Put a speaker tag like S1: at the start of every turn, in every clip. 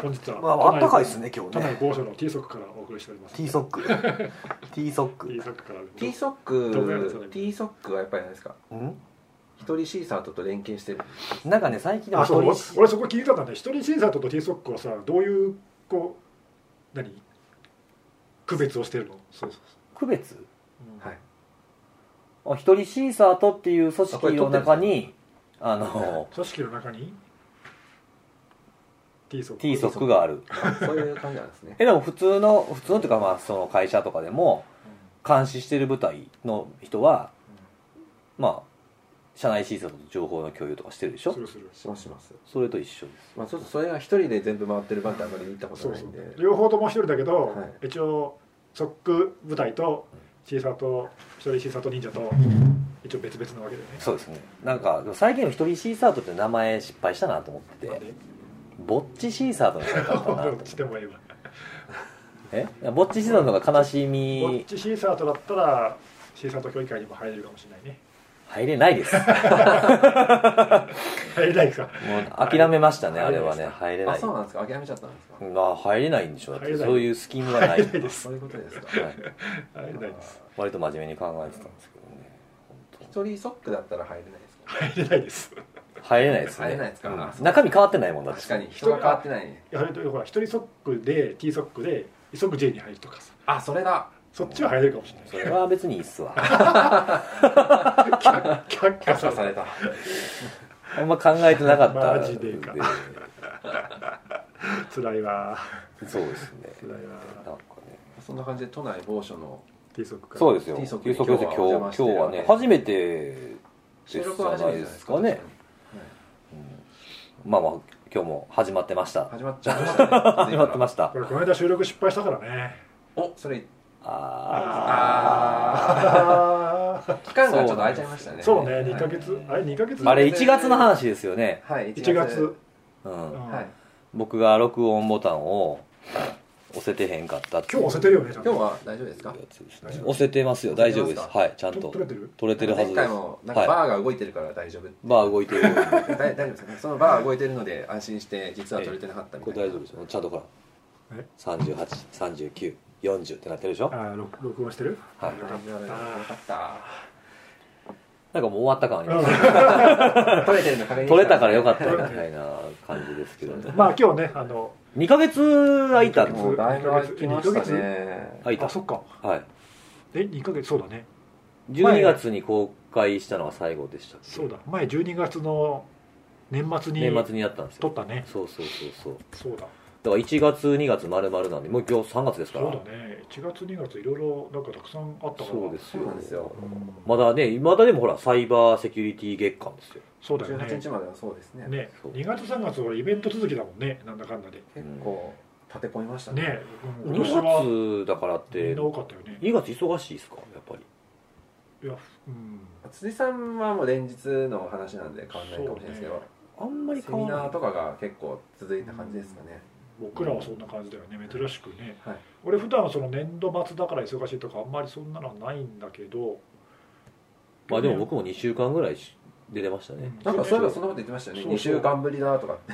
S1: 本日は
S2: まああったかいですね今日
S1: 都内
S2: ね
S1: 某所の T ソックからお送りしております
S2: T ソック T ソッ
S1: T
S2: ク
S1: ソックから
S3: T ソッ
S1: どんぐらいなんですかね
S3: ク T ソックはやっぱりなんですか
S2: う
S3: 一人シーサートと連携してる
S2: んなんかね最近でも
S1: あそう
S2: 一
S1: 俺
S2: 人
S1: 俺そこ聞いたんだね一人審査と T ソックはさどういうこう何区別をしてるのそうそう
S2: 区別
S1: そう、
S3: はい
S2: あ一人シーサーとっていう組織の中
S3: あこれ撮ってる
S2: にあの
S1: 組織の中に T ソック
S2: T ソックがある
S3: あそういう感じなんですね
S2: えでも普通の普通のっていうかまあその会社とかでも監視してる部隊の人はまあ社内シーサーと情報の共有とかしてるでしょ
S1: するする
S3: しますします
S2: それと一緒です
S3: まあちょっとそれが一人で全部回ってるバンってあんまり見たこと
S1: そう
S3: ない
S1: そうん
S3: で
S1: 両方とも一人だけど、
S3: は
S1: 一応ソック部隊とシーサーと一人シーサーと忍者と一応別々なわけでね
S2: そうですねなんかでも最近の一人シーサートって名前失敗したなと思って
S1: なん
S2: て
S1: で
S2: ぼっちシーサートにしなかったなと
S1: ど
S2: 思っ
S1: っちで
S2: て
S1: もいいわ
S2: えぼっちシーサートの方が悲し
S1: ぼっ
S2: み
S1: ちシーサーとだったらシーサーと協議会にも入れるかもしれないね
S2: 入れないですもう
S1: 入れないか
S2: 諦めましたねあ
S1: 入
S2: れ
S1: れない
S2: は
S1: です
S2: ね入れ
S3: あ
S2: ない
S3: そうなんですか諦めちゃったんですか
S2: まあ入れないんでしょうだっ
S1: 入
S2: て
S1: れない
S2: そういうスキームがな
S1: 入
S2: い
S1: れないです
S3: そういうことですか
S2: はい
S1: 入れないです
S2: 割と真面目に考えてたんですけどね本
S3: 一人ソックだったら入れないですか
S1: 入れないです
S2: 当入れないですね
S3: 入れないですか
S2: うん
S3: あそう
S2: 中身変わってないもんだって
S3: 確かに人が変わってないね
S1: いやほら一人ソックで T ソックでイソック J に入るとかさ
S3: あそれだ
S1: そっちは入れるかもしれ
S2: それは別にいいっすわ
S1: ない却下
S3: 却
S1: さ
S3: 下
S1: れ
S3: された
S2: あんま考えてなかった
S1: マジでかつらいわ
S2: そうですね
S1: 辛いな
S2: なんかね
S3: そんな感じで都内某所の
S1: T ソックから
S2: そうですよ
S3: T
S2: そ
S3: 速に
S2: うです
S3: 今
S2: 今
S3: 日
S2: 日
S3: はお邪魔して
S2: 今日
S3: るわ
S2: は
S3: け
S2: ね
S3: です
S2: 初めて
S3: 収録は初めてじゃないですか
S2: じゃないですかねまあまあ今日も始まってました
S3: 始まっちゃいましたね
S2: 始まってました
S1: これこの間収録失敗したからね
S3: お それ
S2: あ
S3: あ
S1: あ
S3: ー期間がちょっと空いちゃいましたね
S1: ーそうね2ヶ月あれ2ヶ月
S2: ーあれ1月の話ですよね、
S3: はい
S1: 1月う
S2: う
S1: ん
S2: ん、
S3: はい
S2: 僕が録音ボタンを押せてへんかったってい
S1: 今
S2: う
S1: 日押せてるよねちゃんと
S3: 今日は大丈夫ですか
S2: やつですね押せてますよ大丈夫です
S3: 押せてます
S2: はいちゃん
S1: と
S2: と
S1: 取れてる
S2: 取れてるはずです
S3: 前回もなんか
S2: は
S3: バーが動いてるから大丈夫、
S2: い、バー動いてる
S3: だ大丈夫ですかねそのバーが動いてるので安心して実は取れてなかったみ
S2: こ
S3: たいな
S2: れ大丈夫です よちゃんとほら
S1: え
S2: 383940ってなってるでしょ
S1: あー録録音してる
S2: はい
S1: よかった
S3: よかった
S2: なんかもう終わった感あります
S3: 取れてるの確認した
S2: 取れたからよかった
S1: 取
S2: み
S1: れた
S2: たいな感じですけどね
S1: まあ今日ねあの
S2: 2ヶ月空いたんです
S3: もうだいぶ空きましたね
S2: 空いた
S1: あそっか
S2: はい
S1: え2ヶ月そうだね
S2: 12月に公開したのが最後でしたっけ
S1: そうだ前12月の年末に
S2: 年末にやったんです
S1: 撮っ
S2: よ
S1: たね
S2: そうそうそう
S1: そ
S2: そう
S1: うだ
S2: だから1月2月丸々なんでもう今日3月ですか
S1: そう
S2: ら
S1: だね1月2月いろいろなんかたくさんあったから
S2: そうです
S3: そうなんですよ
S1: うん
S2: まだねまだでもほらサイバーセキュリティ月間ですよ
S1: そうだよね
S3: 18日まではそうですね
S1: ね
S2: そう
S1: 2月3月はイベント続きだもんねなんだかんだで
S3: 結構立て込みましたね
S1: ねうん今年は
S2: 2月だからっ
S1: みん
S2: て
S1: な多かったよね
S2: 2月忙しいですかやっぱり
S1: いやうん
S3: 辻さんはもう連日の話なんで変わんないかもしれないですけど、
S1: そうね
S2: あんまり
S3: セ
S2: 変
S3: ミ
S2: わら
S3: ナ
S2: な
S3: ー
S2: い
S3: とかが結構続いた感じですかね、
S1: 僕らはそんな感じだよね珍しくね、
S3: はい
S1: 俺普段はその年度末だから忙しいとかあんまりそんなのはないんだけど
S2: まあでも僕も2週間ぐらいし出てましたね
S1: うん
S3: なんかそういえばそんなこと言ってましたよね
S1: そうそう
S3: 2週間ぶりだとかって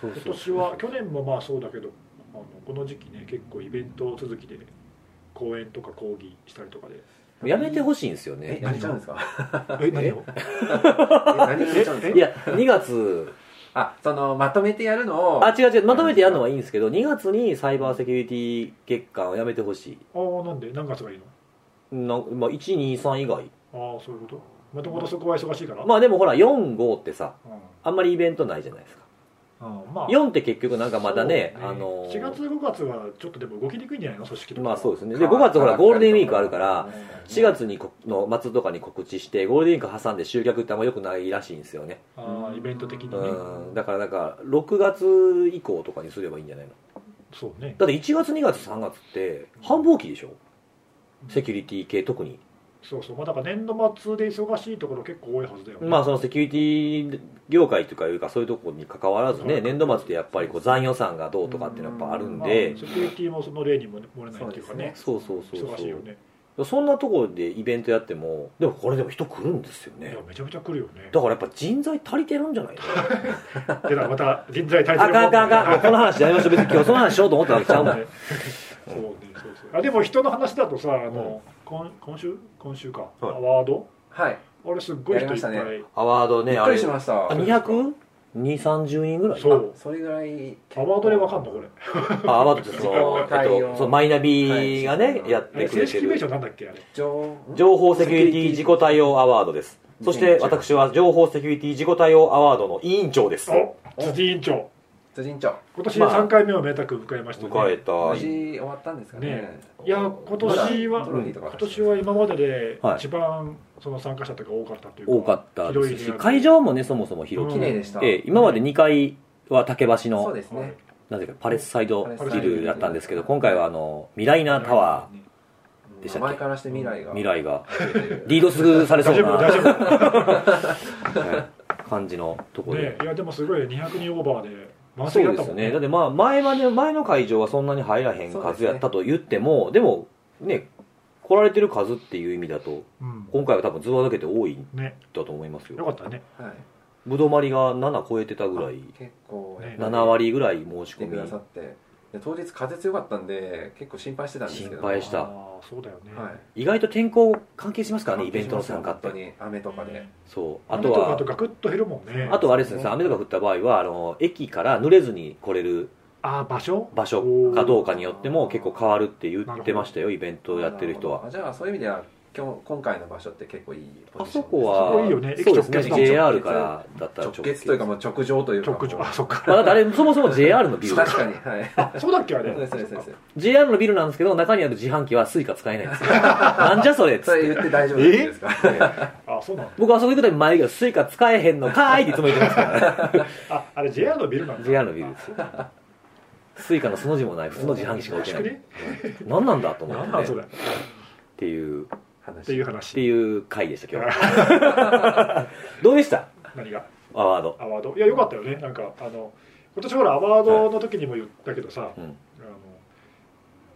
S2: そう
S1: 今年は去年もまあそうだけどあのこの時期ね結構イベント続きで講演とか講義したりとかで
S2: やめてほしいんですよ
S3: え
S2: ね
S3: やめちゃうんですか
S1: え何を
S3: え何やめちゃうんです
S2: い
S3: か
S2: や2月
S3: あそのまとめてやるのを
S2: あ違う違うまとめてやるのはいいんですけど2月にサイバーセキュリティ月間をやめてほし
S1: ああなんで何月がいいの
S2: いな、まあ、123以外
S1: ああそういうこともともとそこは忙しいから、
S2: まあでもほら45ってさ
S1: うん
S2: あんまりイベントないじゃないですか
S1: あーまあ
S2: 4って結局なんかまだね
S1: そう
S2: あの
S1: 4月5月はちょっとでも動きにくいんじゃないの組織とか
S2: まあそうですねで5月ほらゴールデンウィークあるから4月にこの末とかに告知してゴールデンウィーク挟んで集客ってあんま良くないらしいんですよね
S1: あーイベント的にね
S2: うんだからなんか6月以降とかにすればいいんじゃないの
S1: そうね
S2: だって1月2月3月って繁忙期でしょセキュリティ系特に
S1: そうそうまあだから年度末で忙しいところ結構多いはずだよね
S2: まあそのセキュリティ業界とかいうかそういうところに関わらず
S1: は
S2: ね
S1: い
S2: 年度末ってやっぱりこう残予算がどうとかっていうのはやっぱあるん
S1: まあ
S2: で
S1: セキュリティもその例にも漏れないっていうかね
S2: そうそうそう
S1: 忙しいよ
S2: そう
S1: ね
S2: そんなところでイベントやってもでもこれでも人来るんですよ
S1: い
S2: ね
S1: やめちゃめちゃ来るよね
S2: だからやっぱ人材足りてるんじゃないの
S1: でだからまた人材体制
S2: あかんあかんあかんもうこの話やりましょう別に今日その話しようと思ったわけちゃ
S1: そうう
S2: も
S1: ね
S2: ん
S1: そうねそうそうあでも人の話だとさあの、今今週今週か、アワード
S3: はい
S1: あれすっごい人いっぱい、
S3: やりま
S2: アワード
S3: び
S2: ね
S3: っ
S2: あ
S3: く
S2: れ
S3: りしました
S2: あ2 2 3 0人ぐらい
S1: そ
S2: あ
S1: う
S3: それぐらい結
S1: ア
S3: 構
S1: ワードでわかんのこれ
S2: あアワードってその、
S3: 対応
S2: えっと、そのマイナビがね、
S3: はい
S2: やっ
S1: あ
S2: て
S1: れ
S2: く
S1: 正
S2: れて
S1: 式名
S2: る
S1: 称なんだっけあれ
S3: 情
S2: 情報セキュリティ自己対応アワードですそして私は情報セキュリティ自己対応アワードの委員長です
S1: お辻委員長
S3: 都人長
S1: 今年
S2: まあ
S1: 3回目を明太く迎えましたね、
S2: 迎え
S3: 無事
S2: た
S3: 終わったんですかね
S1: ねいや今年は
S3: トロフィーとか
S1: 今年は今までで
S2: はい
S1: 一番その参加者とか多かったというか、
S2: 多かったで
S1: 広い
S2: すし
S1: 部屋
S2: 会場もねそもそも広く
S3: 綺麗でした、
S2: ええ今まで2階は竹橋
S3: そう
S2: の
S3: ですね、
S2: なぜかパレスサイド
S3: パレス
S1: サイド
S2: ビルだったんですけど今回はあのミライナタワでしたっけ
S3: 前からして未来
S2: ー
S3: が
S2: 未来がリードスされ そ
S1: 大
S2: う
S1: 丈夫大
S2: な
S1: 丈夫
S2: 感じのところで
S1: ねいやでもすごい200人オーバーで満
S2: そ
S1: 席
S2: う
S1: だっ
S2: で
S1: た
S2: す
S1: も
S2: よ
S1: ん
S2: ねだってまあ前まで前の会場はそんなに入らへん数やったと言ってもで,、もね来られてる数っていう意味だと
S1: うん
S2: 今回は多分ズバ抜けて多いん
S1: ね
S2: だと思います
S1: よ
S2: よ
S1: かったね
S3: はい
S2: ぶどまりが7超えてたぐらい
S3: 結構
S1: ね
S2: 7割ぐらい申し
S3: 来て
S2: 込
S3: くだ
S2: み
S3: さってで当日風強かったんで結構心配してたんですけど
S2: 心配し
S1: あ
S2: た
S1: あそうだよね、
S3: はい
S2: 意外と天候関係しますからねイベントの参加っ
S3: 本当
S2: て
S3: に雨とかで
S2: そうあ
S1: あ
S2: と
S1: とは
S2: は
S1: あとガクッと減るもんね
S2: あとはあれです
S3: そうです
S2: ね
S3: ね
S2: 雨とか降った場合はあの駅から濡れずに来れる
S1: ああ場所
S2: 場所かどうかによっても結構変わるって言ってましたよイベントやってる人は
S3: あじゃあそういう意味では今日今回の場所って結構いいポ
S2: あ
S3: ジショ
S2: そ
S3: ン
S2: こ
S1: そこ
S2: はい
S1: いよね
S2: そうですね
S1: 駅直結
S2: JR からだったら
S3: 直結というかもう直上というかもう
S1: 直上あそっ
S2: まあだ
S1: か
S2: ってあ れそもそも JR のビルです
S3: 確かに はい
S1: そうだっけあれ
S3: そうですそうですそうです
S2: JR のビルなんですけど中にある自販機はスイカ使えないんですよ なんじゃそれっつ
S3: そ
S2: っ
S3: れ
S2: て
S3: 言って大丈夫ですか
S1: あそうなの
S2: 僕あそこ行くたび毎回スイカ使えへんのかーいっていつも言ってます からね
S1: ああれ JR のビルなんだ
S2: JR のビルですスイカのすの字もない普通の自販機しか置いてない何なんだと思
S1: 何
S2: っ
S1: なん
S2: て
S1: そ
S2: ね
S1: れ
S2: っ
S1: って
S2: いうって
S1: いう
S3: 話
S2: て
S1: 話
S2: いう回でした今日 どうでした
S1: 何が
S2: アワード
S1: アワードいやよかったよねなんかあの今年ほらアワードの時にも言ったけどさ、
S2: うん
S1: あの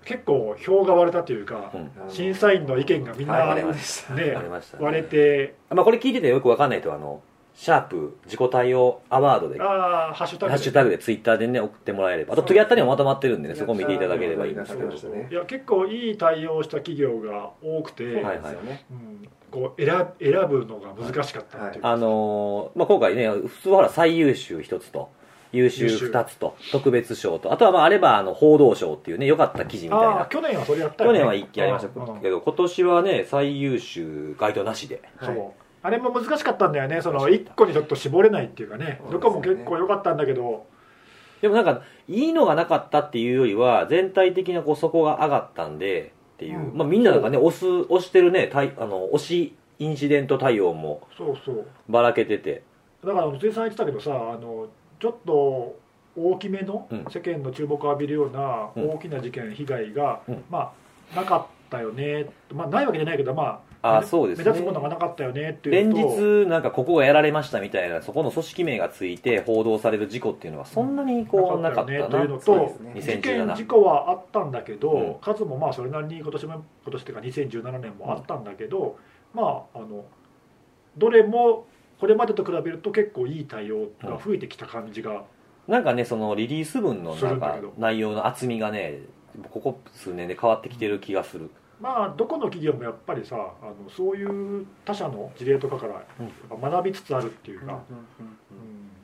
S1: 結構票が割れたというか、
S2: うん
S1: 審査員の意見がみんな、
S3: はい
S2: 割れま
S3: した
S1: ね
S2: 割れましたね
S1: 割れて
S2: まあこれ聞いててよくわかんない人はあのシャープ自己対応アワードで
S1: ああハッシュタグ
S2: ハッシュタグでツイッターでね送ってもらえればあとトゥギャッタにもまとまってるんでねそこ見ていただければいいんですけ
S1: そ
S2: ど
S1: う
S3: ましたね
S1: いや結構いい対応した企業が多くて、
S2: はい
S3: ですよね
S1: うん、こう選選ぶのが難しかったっていうか、
S2: あのーまあ、今回ね普通はほら最優秀1つと優秀
S1: 優秀
S2: 2つと特別賞とあとはまああればあの報道賞っていうね良かった記事みたい
S1: ああ
S2: な
S1: 去年はそれやったよ
S2: 去
S1: ね
S2: 年は一気やりました
S1: うんうん
S2: けど今年はね最優秀ガイドなしで
S1: そう、
S3: はい
S1: あれも難しかったんだよねその
S2: 難しかっ
S1: 一
S2: た
S1: 個にちょっと絞れないっていうかね
S3: そうですね
S1: どこも結構良かったんだけど
S2: でもなんかいいのがなかったっていうよりは全体的なこう底が上がったんでっていう、
S1: うん
S2: まあ、みんながね押す押してるね対あの押しインシデント対応も
S1: そうそう
S2: ばらけてて
S1: だから松井さん言ってたけどさあのちょっと大きめの
S2: うん
S1: 世間の注目を浴びるような
S2: うん
S1: 大きな事件、被害が、
S2: うん
S1: まあなかったよねまあないわけじゃないけどまあ
S2: ああそうです
S1: 目立つも
S2: ね
S1: のがなかったよねっていう
S2: 連
S1: のと
S2: 日なんかここがやられましたみたいなそこの組織名がついて報道される事故っていうのはそんなにこうなかったな
S1: なかったよね
S3: そ
S1: そうう
S3: で
S1: ですす事
S3: ね
S2: 2017
S1: 件事故はあったんだけど、
S2: うん
S1: 数もまあそれなりに今年も今年っていうか2017年もあったんだけど、まああのどれもこれまでと比べると結構いい対応が増えてきた感じが、
S2: なんかねそのリリース文の
S1: する
S2: なん
S1: んだ
S2: か
S1: けど
S2: 内容の厚みがねここ数年で変わってきてる気がする
S1: まあどこの企業もやっぱりさあのそういう他社の事例とかからやっぱ学びつつあるっていうか、うん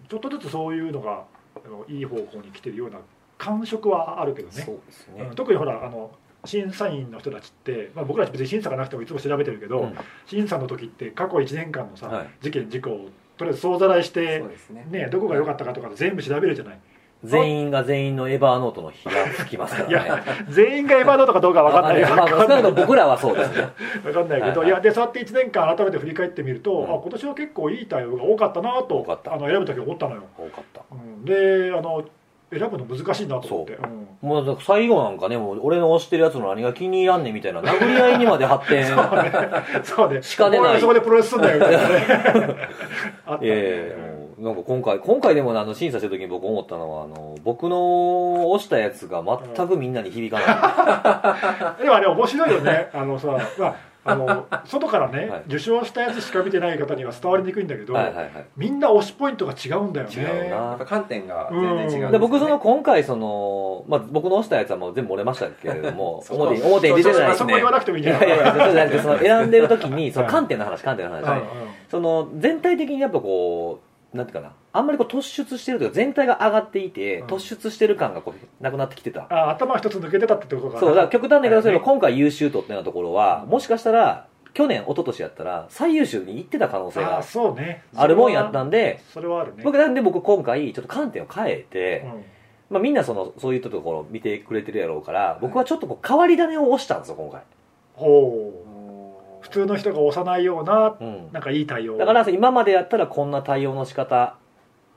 S1: ちょっとずつそういうのがあのいい方向に来てるような感触はあるけどね。
S2: そうですね
S1: うん特にほらあの審査員の人たちって、まあ、僕ら別に審査がなくてもいつも調べてるけど、
S2: うん
S1: 審査の時って過去1年間のさ、
S2: はい
S1: 事件事故をとりあえず総ざらいし
S3: そ
S1: て
S3: う、ですね
S1: ね、どこが良かったかとか全部調べるじゃない
S2: 全員が全員のエヴァーノートの日がつきますか
S1: い
S2: らね
S1: や全員がエヴァードとかどうか分かんないよ
S2: まあまあ
S1: 分かん
S2: 少な
S1: な
S2: く
S1: い
S2: とも僕らはそうですね
S1: 分かんないけど、
S2: はいはい
S1: いやでそうやって1年間改めて振り返ってみると、
S2: うん
S1: あ今年は結構いい対応が多かったな
S2: 多か
S1: と
S2: った
S1: あの選ぶ時思ったのよ、
S2: 多かった
S1: うんであの選ぶの難しいなと思って
S2: そ
S1: うん
S2: もうなんか最後なんかねもう俺の推してるやつの何が気に入らんねんみたいな殴り合いにまで発展
S1: そうね
S2: しか出な
S1: 俺は
S2: い
S1: そこでプロレスすんだよみたいなねあったね
S2: ええもうなんか今回、今回でもねあの審査した時に僕思ったのは、あの、僕の押したやつが全くみんなに響かない。
S1: でもあれ面白いよねあのさ、まあ、あ の外からね、
S2: はい
S1: 受賞したやつしか見てない方には伝わりにくいんだけど、
S2: はいはいはい。
S1: みんな推しポイントが違うんだよね
S2: 違うな
S3: やっぱ観点が全然違うんですよね
S2: で僕その今回その、まあ、僕の押したやつはもう全部漏れましたけれ ども
S3: そう
S2: 表に表に出てない
S1: あ
S2: で
S1: そ
S2: す
S1: こ
S2: ね
S1: 言わなくてもいいん
S2: い
S1: じゃ
S2: や
S1: ない
S2: いやそうじゃなく てその選んでる時にその
S1: はい
S2: 観点の話観点の話、
S1: うん
S2: その全体的にやっぱこうなんていうかなあんまりこう突出してるというか全体が上がっていて、
S1: うん
S2: 突出してる感がこうなくなってきてた、
S1: あ頭一つ抜けてたってことかな
S2: そうだから極端な言い方すれば
S1: は
S2: 今回優秀とってなところは、
S1: うん
S2: もしかしたら去年一昨年やったら最優秀に行ってた可能性
S1: あ
S2: が
S1: そうね
S2: あるもんやったんで
S1: それはあるね
S2: 僕なんで僕今回ちょっと観点を変えて、
S1: うん
S2: まあ、みんなそのそういったところを見てくれてるやろうから僕はちょっとこう変わり種を押したんですよ今回、
S1: ほう普
S3: 普
S1: 通の人が押さないような
S2: うん、
S1: なんかいい対応
S2: だからその今までやったらこんな対応の仕方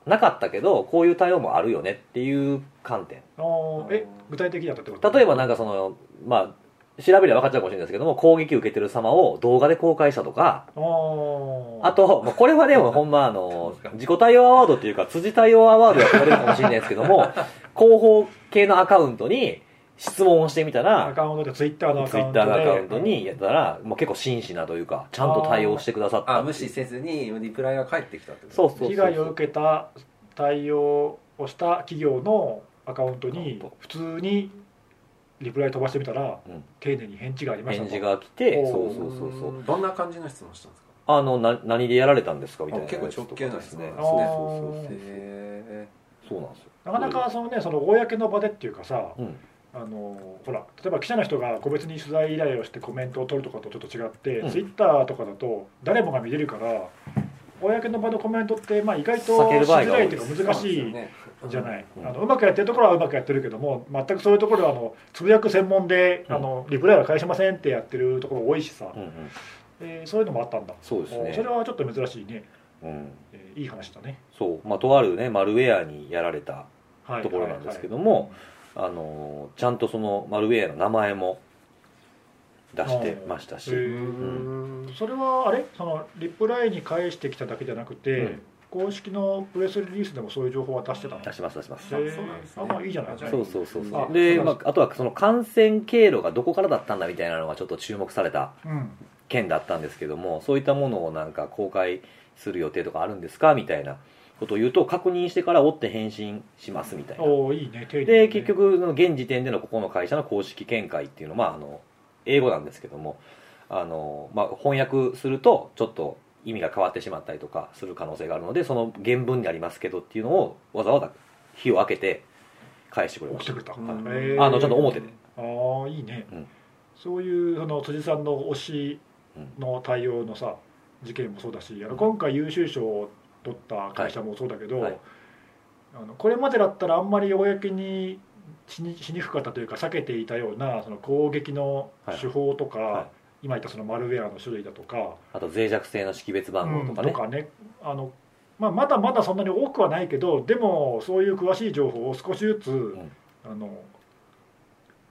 S2: なかったけどこういう対応もあるよねっていう観点
S1: あーえ具体的だったってこと
S2: 例えばなんかそのまあ調べれば分かっちゃうかもしれないですけども攻撃を受けてる様を動画で公開したとか
S1: あー
S2: あと、まあこれは でもほんまあの自己対応アワードっていうか辻対応アワードやってれるかもしれないですけど も広報系のアカウントに質問をしてみたら
S1: アカウントでツイッターのア
S2: ツ
S1: カ
S2: イ
S1: ウ
S2: ッ
S1: ント
S2: タ
S1: で
S2: ーのアカウントにやったら、もう結構真摯なというか、ちゃんと対応してくださった。
S3: あ無視せずにリプライが返ってきたってこと
S2: そうそうそうそう。
S1: 被害を受けた対応をした企業のアカウントに普通にリプライ飛ばしてみたら、
S2: うん
S1: 丁寧に返事がありましたと
S2: 返事が来て、
S1: おー
S2: そうそうそうそう。
S3: んどんな感じの質問したんですか
S2: あの、な何でやられたんですかみたいな。
S3: あ結構直球なんですね
S2: そうそうそう
S1: あ
S2: そう。
S3: へ
S2: そうなんですよ。
S1: なかなかそのねその公の場でっていうかさ
S2: うん。
S1: あのほら例えば記者の人が個別に取材依頼をしてコメントを取るとかとちょっと違って、
S2: うん
S1: ツイッターとかだと誰もが見れるから公の場のコメントって、まあ、意外とし
S2: 避ける
S1: づ
S2: 場合が
S1: ら
S2: 多
S1: い
S2: い
S1: とい
S2: で
S1: う
S2: す
S1: か難
S3: ー
S1: し
S3: そうです
S1: い
S3: よね
S1: じゃない、
S2: うん
S1: あのうまくやってるところはうまくやってるけども全くそういうところはあのつぶやく専門で、
S2: うん
S1: あのリプライは返しませんってやってるところ多いしさ、
S2: うんうん。
S1: えーそういうのもあったんだ
S2: そうで
S1: お
S2: す
S1: それ
S2: ね。
S1: はちょっと珍しいね、
S2: うん。
S1: えーいい話だね、
S2: そう。まあ、とあるね、マルウェアにやられた
S1: はい
S2: ところなんですけども、あのー、ちゃんとそのマルウェアの名前も出してましたし
S1: あー。へー
S3: うん
S1: それはあれそのリプライに返してきただけじゃなくて、
S2: うん
S1: 公式のプレスリリースでもそういう情報は出してたの
S2: 出します出します。
S1: へー
S3: そうなんですね
S1: あまあいいじゃないですか
S2: そうそうそう
S1: あ
S2: そうで、
S1: そうだ
S2: まあ、あとはその感染経路がどこからだったんだみたいなのがちょっと注目された
S1: うん
S2: 件だったんですけどもそういったものをなんか公開する予定とかあるんですかみたいなことを言うと確認してから追って返信しますみたいな
S1: おーいいね丁寧にね
S2: で結局その現時点でのここの会社の公式見解っていうのは、まあ、あの英語なんですけどもあの、まあ、翻訳するとちょっと意味が変わってしまったりとかする可能性があるのでその原文にありますけどっていうのをわざわざ日を空けて返してくれま
S1: 送っ
S2: してた
S1: くれた、
S3: うん
S1: へー
S2: あのちゃんと表で
S1: ああいいね、
S2: うん
S1: そういうその辻さんの推しの対応のさ事件もそうだしあの今回優秀賞を取った会社もそうだけど、
S2: はいはい
S1: あのこれまでだったらあんまり公にしにしにくかったというか避けていたようなその攻撃の手法とか、
S2: はい
S1: 今言ったそのマルウェアの種類だとか、
S2: あと脆弱性の識別番
S1: うん
S2: 号とか
S1: と
S2: ね、
S1: かねあの、まあ、まだまだそんなに多くはないけどでもそういう詳しい情報を少しずつ、
S2: ん
S1: あの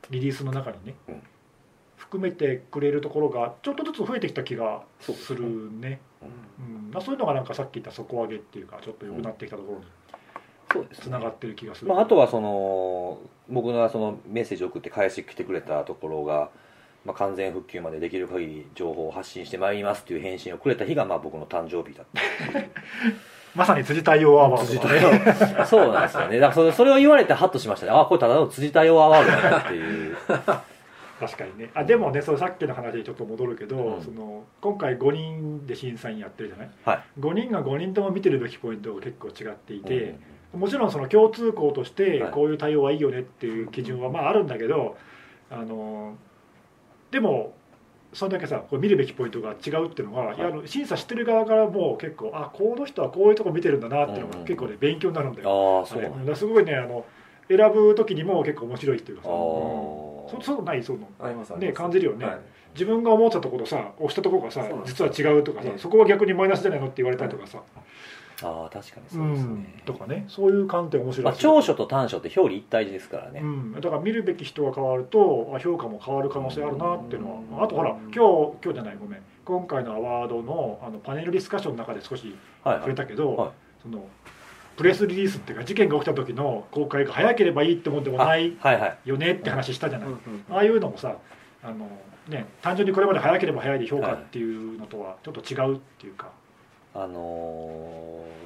S1: リリースの中にね、
S2: うん
S1: 含めてくれるところがちょっとずつ増えてきた気が
S2: そうです
S1: す
S2: ね
S1: るねうんまあ、そういうのがなんかさっき言った底上げっていうかちょっと良くなってきたところに
S2: そうです
S1: つながってる気がする、
S2: まあ、あとはその僕がそのメッセージを送って返してきてくれたところが、まあ、完全復旧までできる限り情報を発信してまいりますという返信をくれた日がまあ僕の誕生日だっ
S1: まさに辻対応アワード
S2: た辻
S1: だね
S2: 対応 そうなんですよねだからそれそれを言われてハッとしましたねあこれただの辻対応アワードだなっていう
S1: 確かにねあでもねそれさっきの話にちょっと戻るけど、
S2: うん
S1: その今回5人で審査員やってるじゃない、
S2: はい
S1: 5人が5人とも見てるべきポイントが結構違っていて、
S2: うん
S1: もちろんその共通項として
S2: はい
S1: こういう対応はいいよねっていう基準はまああるんだけど、あのでもそんだけさこう見るべきポイントが違うっていうのが、
S2: い
S1: いやあの審査してる側からもう結構あこの人はこういうとこ見てるんだなっていうの
S2: うん
S1: が
S2: うん
S1: 結構ね勉強になるんだよ。
S2: ああそ
S1: あ
S2: う
S1: れ
S2: な
S1: う
S2: んだ
S1: んだからすごいねあの選ぶ時にも結構面白いっていうか
S2: あ
S1: さ、うんそ
S2: ー
S1: そうないその
S3: ありますあります
S1: ね感じるよね
S3: はい
S1: 自分が思ってたところさ押したところがさ
S3: そうなんです
S1: 実は違うとかさ、
S3: ええ
S1: そこは逆にマイナスじゃないのって言われたりとかさ、
S2: あー確かに
S1: う
S2: そうです
S1: ん
S2: ね、
S1: とかねそういう観点面白い
S2: まあ、
S1: ですよね
S2: 長所と短所って表裏一体ですからね、
S1: うん、だから見るべき人が変わるとあ評価も変わる可能性あるなっていうの
S3: うん
S1: はあとほら今日今日じゃないごめん今回のアワードのあのパネルディスカッションの中で少し
S2: はい
S1: 触
S2: は
S1: れ
S2: い
S1: たけど、
S2: はい
S1: そのプレスリリースっていうか事件が起きた時の公開が早ければいいってもんでも
S2: あ
S1: な
S2: はいいはい
S1: よねって話したじゃない、
S3: うん
S1: ああいうのもさあの、ね、単純にこれまで早ければ早いで評価っていうのとはちょっと違うっていうか、
S2: あのー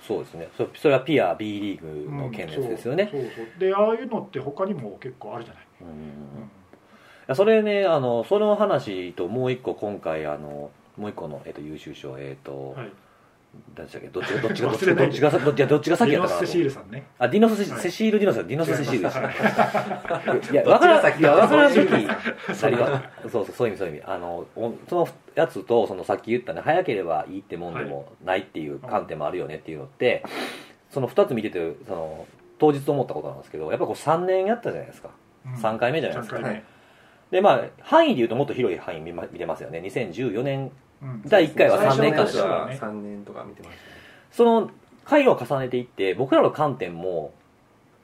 S2: そうですねそそれはピア B リーグの件のやつですよね、
S1: そうそうそうでああいうのって他にも結構あるじゃない、
S2: うん
S1: うん
S2: いやそれねあのその話ともう一個今回あのもう一個の、えっと優秀賞えっ、と、
S1: はい、
S2: 何でしたっけどっちがどっちがどっ
S1: 忘
S2: ちが
S1: れな
S2: ど
S1: い
S2: っちがどっちがどっちが先
S1: デ
S2: や
S1: ィ
S2: った
S1: ノス・セ
S2: かなと
S1: シールさんね
S2: あディノスセシ、
S1: はい
S2: セシール・ディノスだディノス・セシールでした いや
S3: どっち
S2: 分か
S3: が
S2: らん
S3: 先
S2: いや
S3: だ
S2: 分からん
S3: どっ
S2: 時
S3: ちが
S2: ありますそうそうそういう意味そういう意味あのおそのやつとそのさっき言ったね早ければいいってもんでもないっていう観点もあるよねっていうのって、その2つ見ててその当日思ったことなんですけどやっぱこう3年やったじゃないですか
S1: うん
S2: 3回目じゃないですか、
S1: 三
S3: は
S1: 回
S3: い
S2: でまあ範囲でいうともっと広い範囲見,、ま、見れますよね2014年
S1: 目うん
S2: 第1回は3年間でし
S1: 最初のやつ
S2: た
S1: はね
S3: 3年とか見てまし
S2: その回を重ねていって僕らの観点も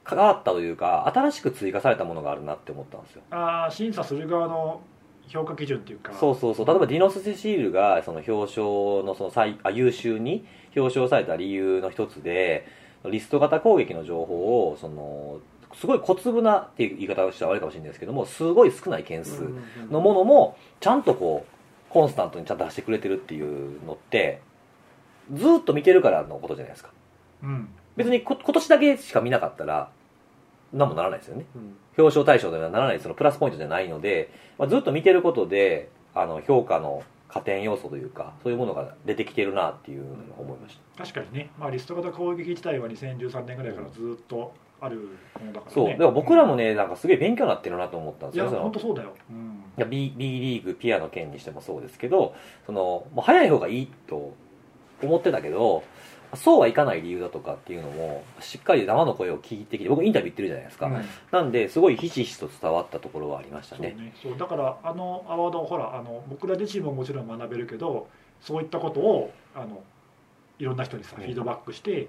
S2: 変わったというか新しく追加されたものがあるなって思ったんですよ
S1: ああ審査する側の評価基準っていうか
S2: そうそうそう例えばディノス・セシールがその表彰のその最あ優秀に表彰された理由の一つでリスト型攻撃の情報をそのすごい小粒なっていう言い方をしたら悪いかもしれないですけどもすごい少ない件
S3: た
S2: 数のものもちゃんとこうコンスタントにちゃんと出してくれてるっていうのってずーっと見てるからのことじゃないですか
S1: うん
S2: 別にこ今年だけしか見なかったら何もならないですよね表彰対象ではならないそのプラスポイントじゃないので、まあ、ずっと見てることであの評価の加点要素というかそういうものが出てきてるなっていうのを思いまし
S1: 確かにね、まあ、リスト型攻撃自体は2013年ぐらいからずっとあるものだか
S2: た、
S1: らね
S2: そうだから僕らもねなんかすげえ勉強になってるなと思ったん
S1: い
S2: ですよ
S1: や
S2: その
S1: 本当そうだよ、うん
S2: いや B, B リーグピアの件にしてもそうですけどそのもう早い方がいいと思ってたけどそうはいかない理由だとかっていうのもしっかり生の声を聞いてきて僕インタビュー行ってるじゃないですか、
S1: うん
S2: なんですごいひしひしと伝わったところはありました
S1: そう
S2: ね
S1: ねそうだからあのアワードほらあの僕ら自身ももちろん学べるけどそういったことをあのいろんな人にさ
S2: う
S1: フ
S2: ん
S1: ィードバックして、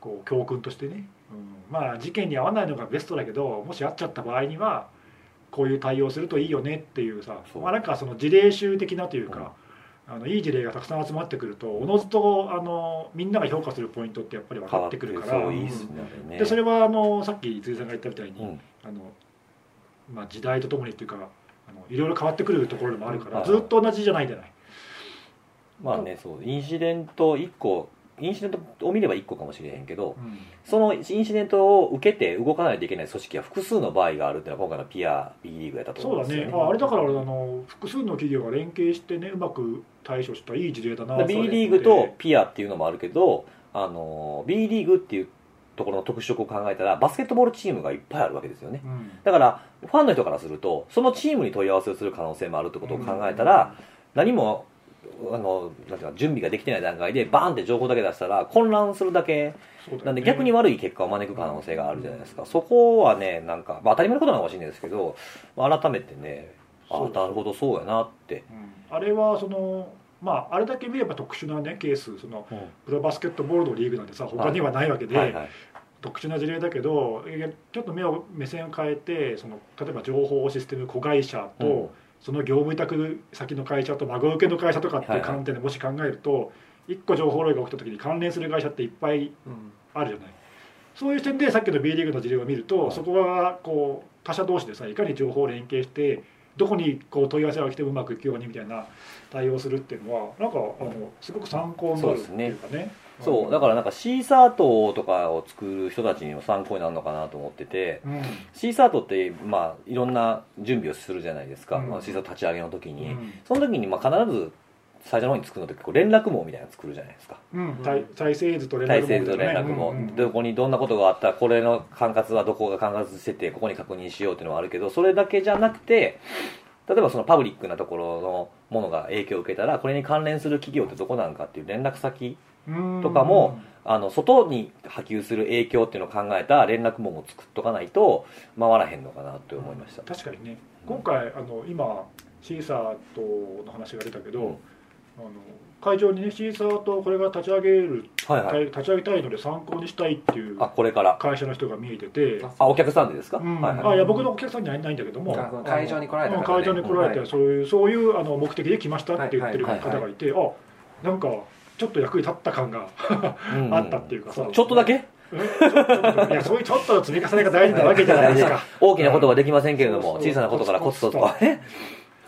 S1: こう教訓としてね、うん、まあ事件に合わないのがベストだけどもし合っちゃった場合にはこういう対応するといいよねっていうさ
S2: そう
S1: まあ、なんかその事例集的なというか、あのいい事例がたくさん集まってくるとおのずとあのみんなが評価するポイントってやっぱり分かってくるから。
S2: そういいっすね,、
S1: うんでそれはあのさっき辻さんが言ったみたいに、
S2: うん
S1: あのまあ、時代とともにというかあのいろいろ変わってくるところでもあるから、
S2: うん
S1: ずっと同じじゃないじゃない、
S2: まあねそうインシデント1個インシデントを見れば1個かもしれへんけど
S1: うん
S2: そのインシデントを受けて動かないといけない組織は複数の場合があるっていうのは今回のピア B リーグやったと
S1: そ
S2: 思うん
S1: う
S2: で
S1: だ
S2: すよ
S1: ね
S2: ね
S1: ああれだからあの複数の企業が連携してねうまく対処したいい事例だな
S2: だから
S1: それ
S2: B リーグとピアっていうのもあるけどあの B リーグっていうところの特色を考えたらバスケットボールチームがいっぱいあるわけですよね
S1: うん
S2: だからファンの人からするとそのチームに問い合わせをする可能性もあるってことを考えたら、何もあのなんていうか準備ができてない段階でバーンって情報だけ出したら混乱するだけ
S1: そうだよね
S2: なんで逆に悪い結果を招く可能性があるじゃないですか、そこはねなんか、まあ、当たり前のことなのかもしれないですけど、まあ、改めてねあ
S1: そう
S2: なるほどそうやなって、
S1: うんあれはそのまああれだけ見れば特殊なねケースそのプロバスケットボールのリーグなんてさ他にはないわけで、
S2: はいはい
S1: 特殊な事例だけどいやちょっと目を目線を変えてその例えば情報システム子会社と、
S2: うん
S1: その業務委託先の会社と孫受けの会社とかっていう観点でもし考えると、一1個情報漏洩が起きた時に関連する会社っていっぱいあるじゃないそういう視点でさっきの B リーグの事例を見ると、
S2: はい
S1: そこがこう他社同士でさいかに情報を連携してどこにこう問い合わせが来てもうまくいくようにみたいな対応するっていうのはなんかあのすごく参考になるっていうかね。
S2: そうだからなんかシーサートとかを作る人たちにも参考になるのかなと思ってて
S1: うん、
S2: シーサートって、まあ、いろんな準備をするじゃないですか、
S1: うん
S2: まあ、シーサート立ち上げの時に、
S1: うん
S2: その時にまあ必ず最初の方に作るのって結構連絡網みたいなの作るじゃないですか
S1: うん、体体制図と連絡
S2: 体制と連絡
S1: も
S2: も、どこにどんなことがあったらこれの管轄はどこが管轄しててここに確認しようっていうのはあるけどそれだけじゃなくて例えばそのパブリックなところのものが影響を受けたらこれに関連する企業ってどこなんかっていう連絡先とかもあの外に波及する影響っていうのを考えた連絡網も作っとかないと回らへんのかなって思いました、
S1: 確かにね今回あの今シーサーとの話が出たけど、
S2: うん
S1: あの会場にねシーサーとこれが立ち上げる、
S2: はいはい
S1: 立ち上げたいので参考にしたいっていう
S2: あこれから
S1: 会社の人が見えてて、
S3: あ
S2: あお客さんでですか、
S1: うん
S2: はいはい
S1: あいや僕のお客さんには会えないんだけども
S3: あその会場に来られた
S1: うん
S3: 方ね
S1: 会場に来られて、
S3: はい
S1: そういうそういうあの目的で来ましたって言ってる方がいて、あなんかちょっと役に立った感が あったっていうかさ
S2: ちょっとだけ
S1: うんちょっといやそういうちょっとの積み重ねが大事なわけじゃないですか
S2: 大きなことはできませんけれども、
S1: そうそう
S2: 小さなことからコツコツと
S1: コツコツ
S2: ね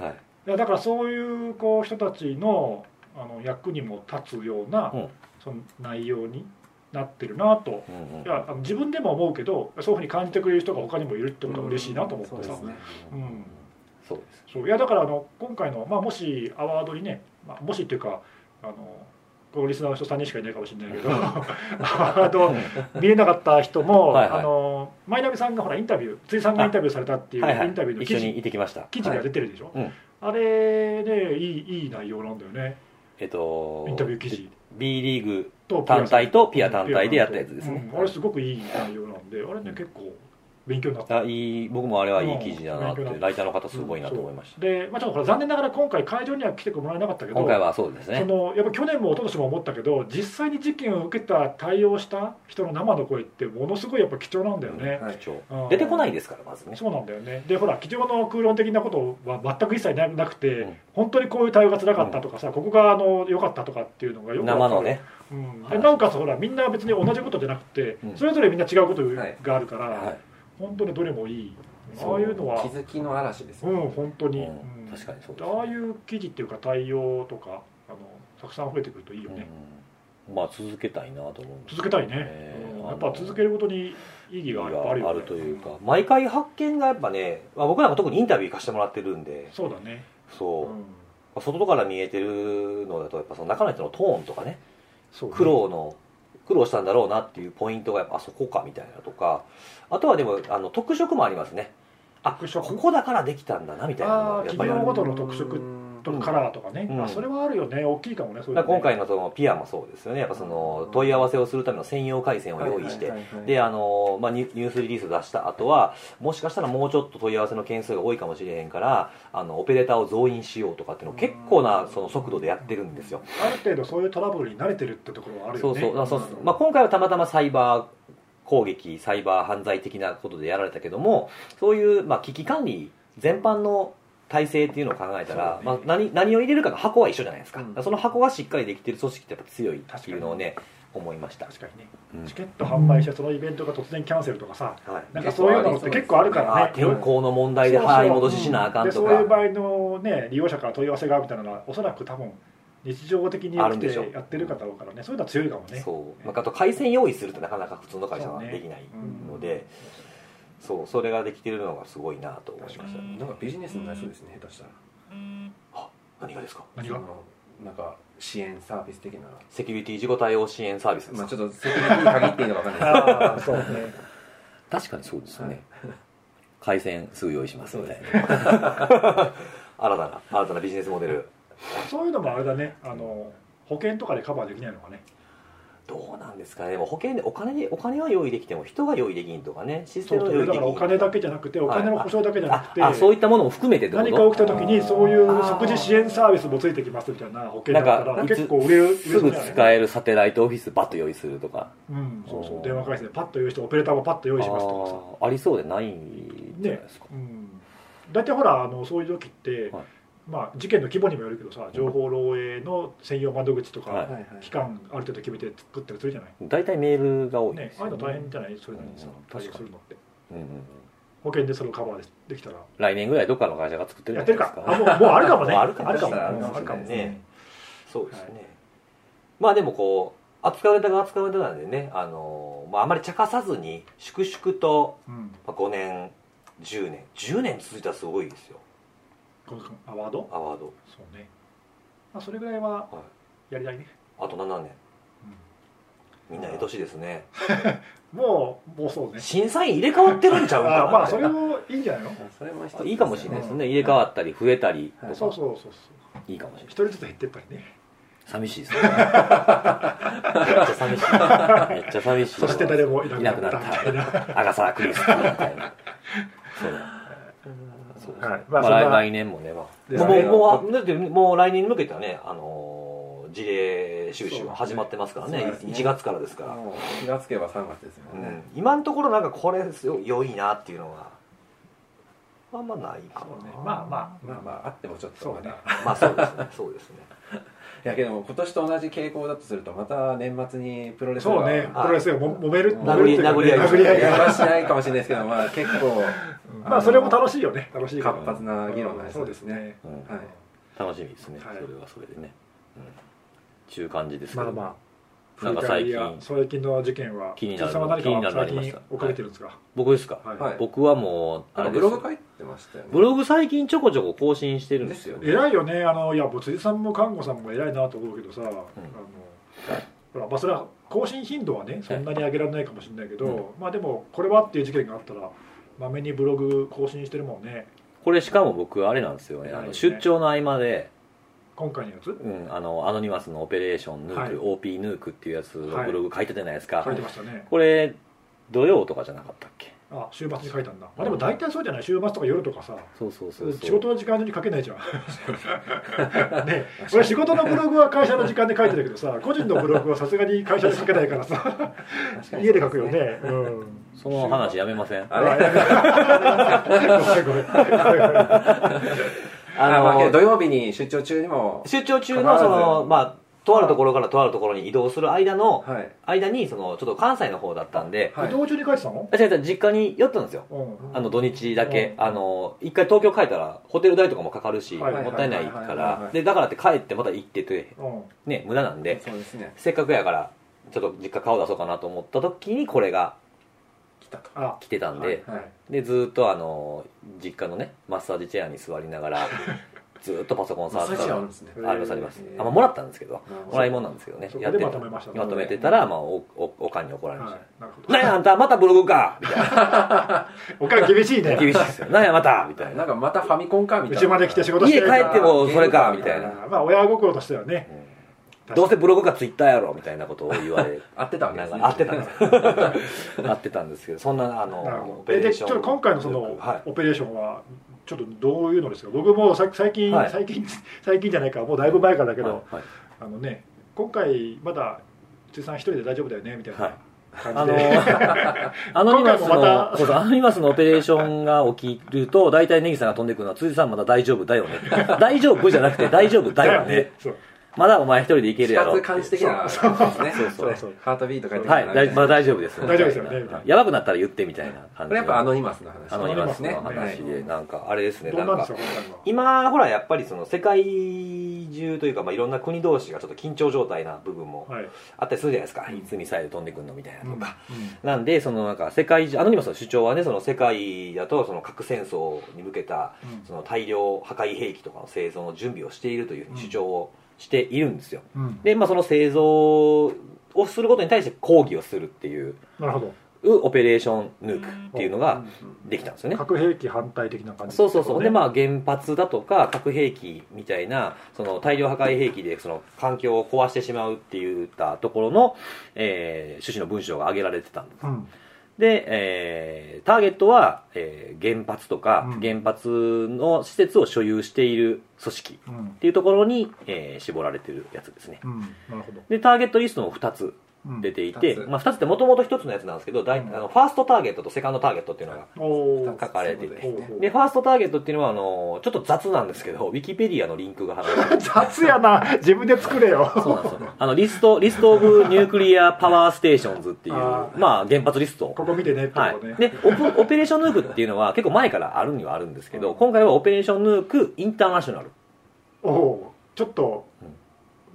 S2: はい
S1: いやだからそういうこう人たちのあの役にも立つような、
S2: うん
S1: その内容になってるなと
S2: うんうん
S1: いやあの自分でも思うけどそういうふうに感じてくれる人が他にもいるってことは嬉しいなと思って
S3: そうで
S1: さ、
S3: すね
S1: うん
S2: そうです
S1: そういやだからあの今回の、まあ、もしアワードにね、まあ、もしっていうかあのこのリスナーの人3人しかいないかもしれないけ どアワード見れなかった人も
S2: はいはい
S1: あの前田さんがほらインタビュー辻さんがインタビューされたっていう
S2: はいは
S1: イ
S2: い
S1: ンタビューの
S2: 一
S1: 記
S2: 緒
S1: 事,、
S2: に行ってきました
S1: 記事が出てるでしょ、
S2: うん
S1: あれでいいいい内容なんだよね
S2: えっと
S1: インタビュー記事
S2: B リーグ
S1: とピア
S2: 単体とピア単体でやったやつですね
S1: うんあれすごくいい内容なんであれね結構勉強になった
S2: あいい僕もあれはいい記事だなって
S1: うん
S2: ライターの方すごいなと思いました
S1: で、まあ、ちょっとこれ残念ながら今回会場には来てもらえなかったけど
S2: 今回はそうです
S1: そ
S2: ね
S1: のやっぱ去年も一昨年も思ったけど実際に事件を受けた対応した人の生の声ってものすごいやっぱ貴重なんだよね、
S3: はい
S2: 貴重
S1: うん
S2: 出てこないですからまずね
S1: そうなんだよねでほら貴重の空論的なことは全く一切ななくて、
S2: うん
S1: 本当にこういう対応が辛かったとかさ、ここがあの良かったとかっていうのがよくわか
S2: 生
S1: る
S2: のね
S1: うん
S2: は
S1: で
S2: い
S1: なおかつほらみんな別に同じことじゃなくて、
S2: うん
S1: それぞれみんな違うこと
S3: はい
S1: があるから、
S2: はい
S1: 本当にどれもいい
S3: そ
S1: ああいうのは
S3: 気づきの嵐ですよ
S1: うん本当に、
S2: うん
S1: うん
S2: 確かにそうですね
S1: ああいう記事っていうか対応とかあのたくさん増えてくるといいよね、
S2: うんまあ続けたいなと思うんです
S1: 続けたいね、
S2: ええ
S1: うん
S2: あの
S1: やっぱ続けることに意義がある
S2: が
S1: よね
S2: あるというか毎回発見がやっぱね、まあ、僕なんか特にインタビュー行かせてもらってるんで
S1: そうだね、
S2: そう、
S1: うん
S2: 外から見えてるのだとやっぱその中の人のトーンとかね
S1: そうね
S2: 苦労の苦労したんだろうなっていうポイントがやっぱあそこかみたいなとかあとはでもあの特色もありますねあ
S1: 特色
S2: ここだからできたんだなみたいなの
S1: あ
S2: が
S1: ー
S2: やっぱ
S1: 企
S2: りあ
S1: 業
S2: る
S1: ごとの特色とかカラーとかね、
S2: うん
S1: あそれはあるよね大きいかもねそういうの
S2: だ
S1: ね
S2: から今回のそのピアもそうですよねやっぱその問い合わせをするための専用回線を用意して
S3: はいはいはい
S2: であのまあ、ニュニュースリリースを出した後はもしかしたらもうちょっと問い合わせの件数が多いかもしれへんからあのオペレーターを増員しようとかっていうのを結構なその速度でやってるんですよ、
S1: ある程度そういうトラブルに慣れてるってところはある
S2: そ
S1: よ
S2: う
S1: ね
S2: そう、まあそう
S3: なるほど
S2: まあ、今回はたまたまサイバー攻撃サイバー犯罪的なことでやられたけどもそういう、まあ、危機管理全般の体制っていうのを考えたら、
S1: そうね
S2: まあ、何何を入れるかの箱は一緒じゃないですか,、
S3: うん
S2: その箱がしっかりできてる組織ってやっぱ強いっていうのをね思いました、
S1: 確かにね
S2: うん
S1: チケット販売してそのイベントが突然キャンセルとかさ
S2: はい、
S1: なんかそういうのって結構あるか
S2: あ
S1: らね
S2: 天候の問題で払い戻ししなあかんと
S1: でそういう場
S2: か
S1: 合の、ね、利用者から問い合わせがあるみたいなのはおそらく多分日常的に
S2: あ
S1: 起
S2: る
S1: き
S2: んでしょう
S1: てやってる方だろうからねそういうのは強いかもね
S2: そうまああと回線用意するってなかなか普通の会社はできないのでそうそれができてるのがすごいなと思いました
S4: 確かに
S3: なんかビジネスになりそうですね下手したら
S2: 何がですか
S1: 何が
S3: そのなんか支援サービス的な
S2: セキュリティ事故対応支援サービスで
S3: ま
S2: すか
S3: あちょっと責任に限っていいのかわかんないですけど
S1: ああそうね
S2: 確かにそうですよ
S3: はい
S2: ね回線すぐ用意しますので 新たな新たなビジネスモデル
S1: そういうのもあれだねあの保険とかでカバーできないのかね
S2: どうなんですかねでも保険でお金でお金は用意できても人が用意できんとかねシス
S1: そ
S2: テ
S1: うそ
S2: ムが
S1: う
S2: 用意
S1: だか
S2: で
S1: ら
S2: きん
S1: お金だけじゃなくてお金の保証だけじゃなくて
S2: ああそういったものも含めてってこと
S1: 何か起きた時にそういう即時支援サービスもついてきますみたいな保険だった
S2: なんからいつ
S1: 結構売れる売れ
S2: す
S1: そう
S2: ぐ
S1: だよね
S2: 使えるサテライトオフィスバッと用意するとか
S1: うんそうそう電話回線でパッと用意してオペレーターもパッと用意しますとかさ
S2: あーありそうでないんじゃないですか、
S1: うん大体ほらあのそういう時って、
S2: はい
S1: まあ、事件の規模にもよるけどさ情報漏洩の専用窓口とか、
S2: はい
S3: はいはい
S1: 期間ある程度決めて作ったりするじゃない、
S2: 大体メールが多いで
S1: ね
S2: す
S1: ああい
S2: よ
S1: うの大変じゃないそれなりにさ、
S2: うん
S1: 対応するのって
S2: うんうんうん
S1: 保険でそれをカバーできたら
S2: 来年ぐらいどっかの会社が作ってる
S1: や
S2: ん
S1: っ
S2: じ
S1: て
S2: ゃ
S1: る
S2: ない
S1: か
S2: ですか
S1: あもうもうあるかもね
S2: もう あ
S1: あ
S2: る
S1: る
S2: か
S1: か
S2: も
S1: も
S3: しれない
S1: うんあるかも
S3: あるかもしれない
S2: ねそうですね、まあでもこう扱うネタが扱うネタなんでねあのー、まあ、あまり茶化さずに粛々と
S1: うん
S2: まあ5年10年10年続いたらすごいですよ
S1: このアワード
S2: アワード、
S1: そうね、まあ、それぐらいは
S2: はい、
S1: やりたいね、
S2: あと7年
S1: うん
S2: みんなええ年ですね
S1: もうもうそうね
S2: 審査員入れ替わってるんちゃ
S1: あ
S2: うか
S1: ーまあそれもいいんじゃないの
S3: あそれも一つです
S2: あ
S3: ね
S2: いいかもしれないですね
S1: うん
S2: 入れ替わったり増えたりと
S3: は
S2: か
S3: い
S1: そうそうそうそう
S2: いいかもしれ
S1: 一
S2: ない
S1: 人ずつ減ってったりね
S2: 寂しいですねめっちゃ 寂しいめっちゃ寂しい
S1: そして誰もい
S2: いな
S1: な
S2: く
S1: く
S2: な
S1: な
S2: っ
S1: ったみたいな
S2: たアガサ・クリスティみたいなそうだそうですね
S1: はいま
S2: まあ
S1: あそんな
S2: 来来年もね、ま
S1: で
S2: あ、もう
S1: 来年
S2: もうあだってもう来年に向けてはね、あのー事例収集は始まってますからね
S3: そうですね
S2: 1月からですから、
S3: もう気がつけば3月ですよ
S2: う
S3: ね
S2: ん、今のところなんかこれすごい良いなっていうのがあんまないか
S4: そうね
S2: な
S4: まあま
S3: まあまああってもちょっと
S1: そう
S3: ま
S1: ね
S3: だ
S2: まあそうですねそうですね
S3: いやけども今年と同じ傾向だとするとまた年末にプロレス
S1: そうね
S2: あ
S1: プロレスがも揉める
S3: 殴
S1: 揉める
S2: り
S1: というかね
S2: 殴
S1: 殴
S2: り
S1: り
S2: 合
S1: 合
S2: い
S1: い
S3: や
S1: が
S3: ばしないかもしれないですけどまあ結構
S1: まあそれも楽しいよね楽しいから
S3: 活発な議論になりそうです
S1: うん
S3: ね、
S2: うん
S3: はい
S2: 楽しみですね、
S1: はい
S2: それはそれでね、うん、ちゅう感じですけ
S1: ま
S2: ど
S1: あまあ
S2: なんか最近
S1: や最近の事件は
S2: 気になる
S1: 辻さんは何
S2: 気にな
S1: か
S2: るのあ
S1: 最
S2: りまし
S1: 近
S2: た
S1: 追っかけてるんですか
S2: 僕ですか、
S1: はい、
S3: はい
S2: 僕はもう
S3: あ
S2: あ
S3: の
S2: れ
S3: ブ
S2: です
S3: ログ書いてましたよね
S2: ブログ最近ちょこちょこ更新してるんですよ
S3: ですよね
S1: 偉いよねあのいやもう辻さんも看護さんも偉いなと思うけどさ、あのほらまあそれは更新頻度はねそんなに上げられないかもしれないけど、
S2: う
S1: まあでもこれはっていう事件があったらまめにブログ更新してるもんね
S2: これしかも僕あれなんですよね
S1: 偉
S2: あ
S1: い
S2: の
S1: ね
S2: 出張の合間で、
S1: 今回のやつ
S2: うん、あのアノニマスのオペレーションヌーク、
S1: は
S2: OP ヌークっていうやつのブログ書いてたじゃないですか、
S1: 書いてましたね
S2: これ土曜とかじゃなかったっけ
S1: あ週末に書いたんだ、まあ、でも大体そうじゃない週末とか夜とかさ
S2: そうそうそうそう
S1: 仕事の時間に書けないじゃ んね俺仕事のブログは会社の時間で書いてるけどさ個人のブログはさすがに会社で書けないからさ
S3: 確かに
S1: 家で書くよねうん
S2: その話やめません
S3: あれ
S1: ごめんごめん
S3: あの
S2: あの
S3: 土曜日に出張中にも
S2: 出張中
S3: 必
S2: の
S3: ず
S2: そのまあとあるところからとあるところに移動する間の
S3: はい
S2: 間にそのちょっと関西の方だったんで、
S3: はい
S1: 移動中に書いてたの、
S2: あ違う違う実家に寄ったんですよ
S1: うん
S2: あの土日だけ、
S1: うん
S2: あの一回東京帰ったらホテル代とかもかかるし、
S1: はいはい
S2: もったいないか
S3: はいはいはいは
S2: ら
S3: い
S2: でだからって帰ってまた行ってて
S1: うん
S2: ね無駄なんで
S3: そうですね
S2: せっかくやからちょっと実家顔出そうかなと思った時にこれが
S3: 来たと
S1: あ
S2: 来てたんで、
S1: はいはい
S2: でずーっとあの実家のねマッサージチェアに座りな がらずーっとパソコ
S3: マ
S2: ン触
S3: ッ
S2: っ
S3: サージ
S2: てた
S3: あ
S2: あ
S3: るんですね
S1: へー
S2: りますありますあ、まあ、もらったんですけどもらい物なんですけどね
S1: そ
S2: や
S1: こ
S2: って
S1: で
S2: た
S1: まとめました
S2: ま
S1: ね
S2: とめてたら、まあ、おおおかんに怒られまし
S1: は
S2: た
S1: いなる
S2: 「
S1: ほ
S2: なんやあんたまたブログか!」みたいな
S1: どおかん厳しいね
S2: 厳 しいですよ「なんやまた!」みたい
S3: な
S2: なん
S3: かまたファミコンかみたいな
S1: うちまで来て仕事して
S2: 家
S1: るか
S2: 帰
S1: ら
S2: ってもそれかみたいな
S1: あーまあ親心としてはね
S2: どうせブログかツイッターやろみたいなことを言われ
S3: 合ってたわけで
S2: な
S3: す
S2: が
S3: ね
S2: ら合ってたんですよ 合ってたんですけどそんなあの
S1: なるほ
S2: オ
S1: ど
S2: ペ
S1: え
S2: レー
S1: で
S2: シ
S1: ち
S2: ョ
S1: ょ
S2: ン
S1: っと今回のその
S2: はい
S1: オペレーションはちょっとどういうのですか僕もさ最近、
S2: はい
S1: 最近最近じゃないかもうだいぶ前からだけど、
S2: はい
S1: あのね今回まだ辻さん一人で大丈夫だよねみたい
S2: はい
S1: な感
S2: あ
S1: じ
S2: の
S1: で、
S2: アノニマス
S1: 今
S2: の
S1: 回もまた
S2: そうそうアノニマスのオペレーションが起きると大体ネギさんが飛んでくるのは辻さんまだ大丈夫だよね 大丈夫じゃなくて大丈夫だよね
S1: そう
S2: まだお前一人でいけるやろ
S3: 死活感じ的なです ね
S2: そうそうそう
S3: ハートビート書いてくる
S2: はい
S3: なみた
S2: だ
S3: い
S2: い
S3: な
S2: まだ大丈夫です
S1: 大丈夫ですよね
S2: みたい
S1: み
S2: な
S1: たいな
S2: やばくなったら言ってみたいな感じ
S3: これやっぱアノニマスの話
S2: アノニマスの
S1: アノニマス
S2: 話
S1: の
S2: でなんかあれですね
S1: ど
S2: な
S1: うんなんです
S2: か
S1: か今回は
S2: 今ほらやっぱりその世界中というか、まあ、いろんな国同士がちょっと緊張状態な部分も
S1: はい、
S2: あったりするじゃないですか、いつミサイル飛んでくるのみたいなとか、
S1: うん
S2: なんでそのなんか世界中アノニマスの主張はねその世界だとその核戦争に向けた
S1: うん
S2: その大量破壊兵器とかの製造の準備をしているというふうに主張をしているんですよ、
S1: うん
S2: で、まあ、その製造をすることに対して抗議をするっていう
S1: なるほど
S2: オペレーションヌークっていうの
S3: う
S2: が
S3: ん
S2: できたんですよね
S1: 核兵器反対的な感じ
S2: そうそうそう、で
S1: あ
S2: まあ原発だとか核兵器みたいなその大量破壊兵器でその環境を壊してしまうっていったところの、えー趣旨の文章が挙げられてたんです
S1: うん
S2: で、えーターゲットは、えー原発とか
S1: うん
S2: 原発の施設を所有している組織
S1: う
S2: っ
S1: ん
S2: ていうところに、えー絞られてるやつですね
S1: うんなるほど、
S2: でターゲットリストも2つ
S1: うん、
S2: 出ていて、
S3: うん
S2: まあ、2つってもともと1つのやつなんですけど、だい
S1: うん
S2: あのファーストターゲットとセカンドターゲットっていうのが
S1: おお
S2: 書かれてて
S1: ほうほう
S2: でファーストターゲットっていうのはあのちょっと雑なんですけどウィキペディアのリンクが貼られてる
S1: 雑やな自分で作れよ
S2: そうなんですよあのリストリスト・オブ・ニュークリア・パワー・ステーションズっていう
S1: あー
S2: まあ、原発リスト
S1: ここ見てねって
S2: はい
S1: ことね、、
S2: でオプオペレーションヌークっていうのは結構前からあるにはあるんですけど、
S1: うん
S2: 今回はオペレーションヌークインターナショナル
S1: おおーちょっと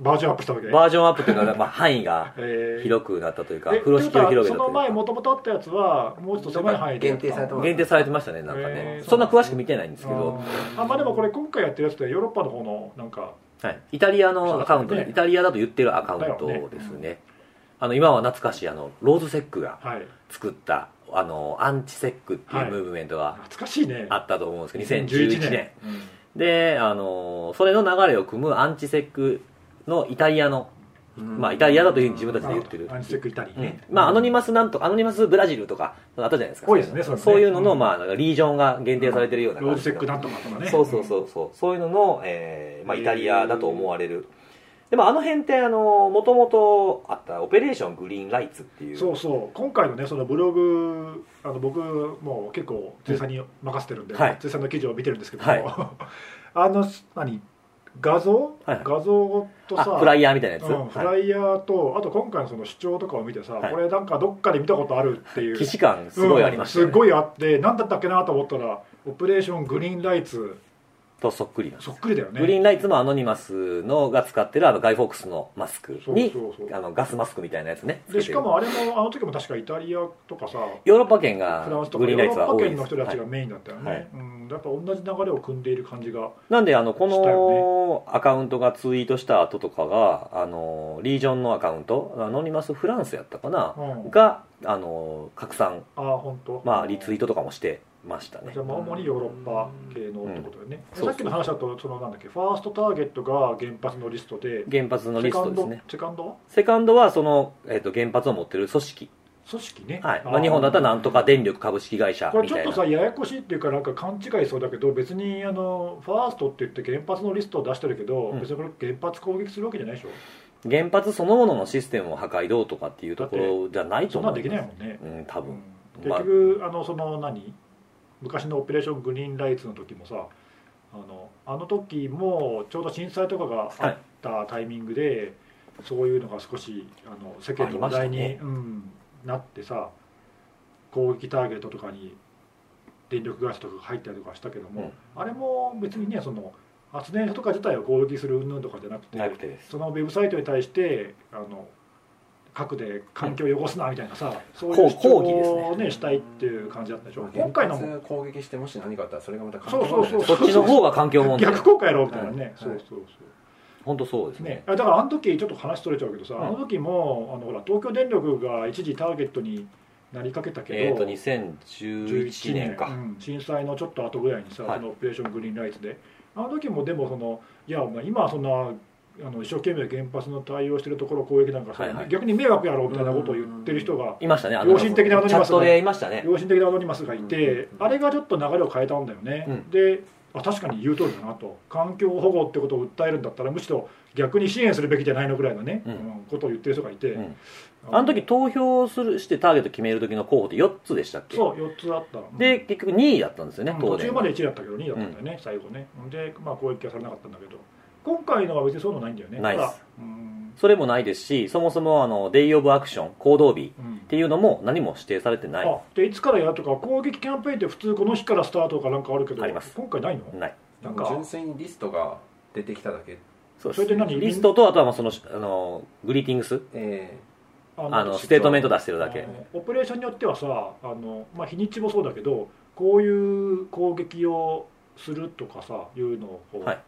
S1: バージョンアップしたわけ
S2: バージョンアップというか、まあ、範囲が
S1: えー
S2: 広くなったというか
S1: え
S2: 風呂敷を広げたという
S1: そ
S2: か
S1: の前もともとあったやつはもうちょっと狭い範囲でやった
S3: 限定されてます
S2: 限定されてましたねなんかね、
S1: えー
S2: そんな詳しく見てないんですけど、
S1: あーあまあでもこれ今回やってるやつってヨーロッパの方のなんか
S2: はい、イタリアのアカウン
S1: そう
S2: トで、
S1: ですね
S2: イタリアだと言ってるアカウントですねあの今は懐かしいあのローズセックが
S1: はい
S2: 作ったあのアンチセックっていうムーブメントが
S1: 懐かしいね
S2: あったと思うんですけど、2011
S1: 2011
S2: 年
S1: 年
S2: であのそれの流れを組むアンチセックのイタリアの、
S3: うん
S2: まあ、イタリアだというふうに自分たちで言ってる、
S1: アンチセックイタリーね、
S2: まあ、アノニマスなんとアノニマスブラジルとかあったじゃないですか
S1: 多いですね
S2: そう
S1: そうですね
S2: いうのの、まあ、なんかリージョンが限定されてるような
S1: ロー
S2: 感
S1: ズセ
S2: じ
S1: ッ
S2: の
S1: クなんとかとかね
S2: そうそうそうそうそういうのの、えーまあ、イタリアだと思われるでもあの辺ってあのもともとあったオペレーショングリーンライツっていう
S1: そうそう今回のねそのブログあの僕もう結構辻さんに任せてるんで、
S2: はい
S1: 辻さんの記事を見てるんですけども、
S2: はい
S1: あの何画像、
S2: はい
S1: 画像と
S2: あ
S1: さ
S2: フライヤーみたいなやつ、
S1: うん、フ
S2: は
S1: ライヤーと、あと今回のその主張とかを見てさ、
S2: はい
S1: これなんかどっかで見たことあるっていう
S2: い、既視感すごいありましたよ
S1: うん
S2: ね、
S1: すごいあって何だったっけなと思ったらオペレーショングリーンライツ
S2: とそっくりなんです
S1: そっくりだよね
S2: グリーンライツもアノニマスのが使ってるあのガイ・フォックスのマスクに
S1: そうそうそう
S2: あのガスマスクみたいなやつねつけて
S1: で
S2: る
S1: しかもあれもあの時も確かイタリアとかさ
S2: ヨーロッパ圏が
S1: フランスと
S2: グ
S1: か
S2: リー
S1: ヨーロ
S2: ンライツは
S1: ッパ
S2: 多い
S1: 圏
S2: で
S1: の
S2: す
S1: 人たち
S2: は
S1: が
S2: い
S1: メインだったよね、
S2: はい
S1: うん、やっぱ同じ流れを組んでいる感じが
S2: なんであのこ
S1: した
S2: のアカウントがツイートした後とかがあのリージョンのアカウントアノニマスフランスやったかな、
S1: うん
S2: があの拡散、
S1: ああ本当。
S2: まあ、リツイー
S1: ト
S2: トとかもしてましたね
S1: じゃあまあ主にヨーロッパ系のってことだよね、
S2: うん
S1: さっきの話だとそのなんだっけファーストターゲットが原発のリストで
S2: 原発のリストですね
S1: セカンドセカンドは
S2: セカンドはその、えっと原発を持ってる組織、
S1: 組織ね、
S2: はい
S1: あ
S2: まあ、
S1: ー
S2: 日本だったらなんとか電力株式会社
S1: これ
S2: み
S1: ちょ
S2: た
S1: っ
S2: い
S1: と
S2: な
S1: さややこしいっていうかなんか勘違いそうだけど別にあのファーストって言って原発のリストを出してるけど、
S2: うん
S1: 別にこれ原発攻撃するわけじゃないでしょ
S2: 原発そのもののシステムを破壊どうとかっていうところじゃないと
S1: そん
S2: 思
S1: な
S2: うん
S1: できない
S2: ま
S1: もんね
S2: す、うん多分
S1: うん結局あのその何昔のオペレーショングリーンライツの時もさあのあの時もちょうど震災とかがあったタイミングで、そういうのが少しあの世間の話題に、
S2: ありまし
S1: うん、なってさ攻撃ターゲットとかに電力会社とかが入ったりとかしたけども、あれも別にねその発電所とか自体を攻撃する云々とかじゃなくて
S2: なくてです
S1: そのウェブサイトに対してあの核で環境を汚すなみたいなさ、そういう主張
S2: 抗議ですね
S1: をねしたいっていう感じだったでしょ、
S3: まあ
S1: 今回のも
S3: 原発攻撃してもし何かあったらそれがまた
S1: そう
S2: そっちの方が環境問題
S1: 逆効果やろみたいなね、
S3: はい
S1: そうそう
S2: 本当そうです
S1: そう、
S2: ね
S1: ね、あだからあの時ちょっと話取れちゃうけどさ、
S2: うん
S1: あの時もあのほら東京電力が一時ターゲットになりかけたけど、
S2: えっ、と2011年か、
S1: うん震災のちょっと後ぐらいにさ、
S2: はい
S1: そのオペレーショングリーンライツであの時もでもそのいやお前今はそんなあの一生懸命原発の対応してるところ攻撃なんかさ、
S2: はいはい
S1: 逆に迷惑やろみたいなことを言ってる人が
S2: いましたねあ
S1: 良心的なアノニ
S2: チャ
S1: マ
S2: ッ
S1: スが
S2: トでいましたね
S1: 良心的なアノニマスがいて、
S3: うん
S1: あれがちょっと流れを変えたんだよね、
S2: うん
S1: であ確かに言う通りだなと環境保護ってことを訴えるんだったらむしろ逆に支援するべきじゃないのぐらいのね、
S2: うん
S1: うんことを言ってる人がいて、
S2: うんあの時投票するしてターゲット決める時の候補って4つでしたっけ
S1: そう4つあったうん
S2: で結局2位だったんですよね
S1: うん途
S2: 東
S1: 中
S2: 電
S1: ま
S2: が
S1: で1位だったけど2位だったんだよね、最後ねでまあ攻撃はされなかったんだけど今回のは別にそういうのないんだよね
S2: ないっす
S1: ただうん
S2: それもないですしそもそもあのデイ・オブ・アクション行動日
S1: うん
S2: っていうのも何も指定されてない
S1: あでいつからやるとか攻撃キャンペーンって普通この日からスタートとかなんかあるけど
S2: あります
S1: 今回ないの
S2: ない
S1: な
S3: なんん
S1: か
S3: か純粋にリストが出てきただけ
S2: そう
S1: それで何
S2: リストとあとはまあそのあのグリーティングス
S3: え
S2: あの
S1: 私
S2: ステートメント出してるだ
S1: あ
S2: け
S1: のオペレーションによってはさあの、まあ、日にちもそうだけどこういう攻撃をするとかさいうのをこう、
S2: はい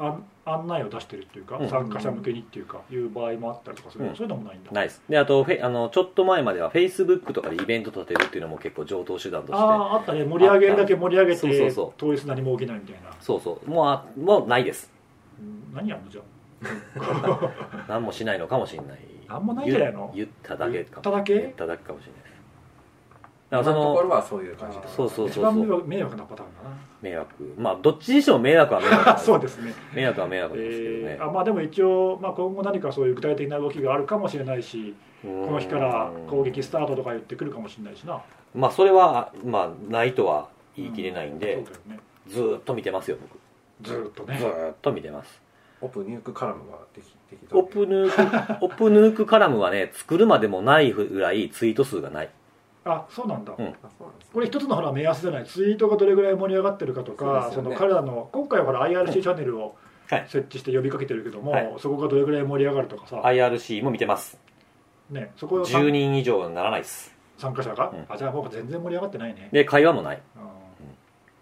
S1: あ案内を出してるっていうか、
S2: うん
S1: 参加者向けにっていうかいう場合もあったりとかする、
S2: うん
S1: そういうのもないんだ
S2: ないですであとフェあのちょっと前まではフェイスブックとかでイベント立てるっていうのも結構上等手段と
S1: あ
S2: して
S1: ああったね盛り上げるだけ盛り上げて
S2: そうそうそう
S1: 統一何も起きないみたいな、
S2: そうそうもうあもうないです
S1: うん何やんのじゃ
S2: 何もしないのかもしれない
S1: 何もないんじゃないの
S2: 言言っただけ
S1: 言
S2: か
S1: っただけ
S2: 言っただけかもしれないですだ
S3: え
S2: からそ
S3: 今のとこ
S2: の
S3: ろはそういう感じ
S1: あ
S3: で
S1: ー
S3: す
S2: そうそう
S1: 一
S2: そうそう
S1: 番迷惑迷惑なパターンだな
S2: 迷惑まあどっちにしても迷惑は迷惑なん です
S1: そうですね
S2: 迷惑は迷惑なんですけどね
S1: え、ーあまあでも一応、まあ、今後何かそういう具体的な動きがあるかもしれないしこの日から攻撃スタートとか言ってくるかもしれないしな
S2: まあそれはまあないとは言い切れないんで、
S1: うそうだよね
S2: ずーっと見てますよ僕
S1: ずーっとね
S2: ずーっと見てます
S3: オプニュークカラムができできた
S2: オプヌーク オプヌークカラムはね作るまでもないぐらいツイート数がない
S1: あそうなんだ、
S2: うん
S3: あそうなんですね
S1: これ一つのほら目安じゃないツイートがどれぐらい盛り上がってるかとかそ,、
S3: そうですよね
S1: の彼らの今回はほら IRC チャンネルを
S2: はい
S1: 設置して呼びかけてるけども、
S2: はい
S1: そこがどれぐらい盛り上がるとかさ、
S2: IRC も見てます
S1: ね、そこの参
S2: 10人以上にならないです
S1: 参加者が、
S2: うん
S1: あじゃあもう全然盛り上がってないね、
S2: で会話もない
S1: うん
S2: だか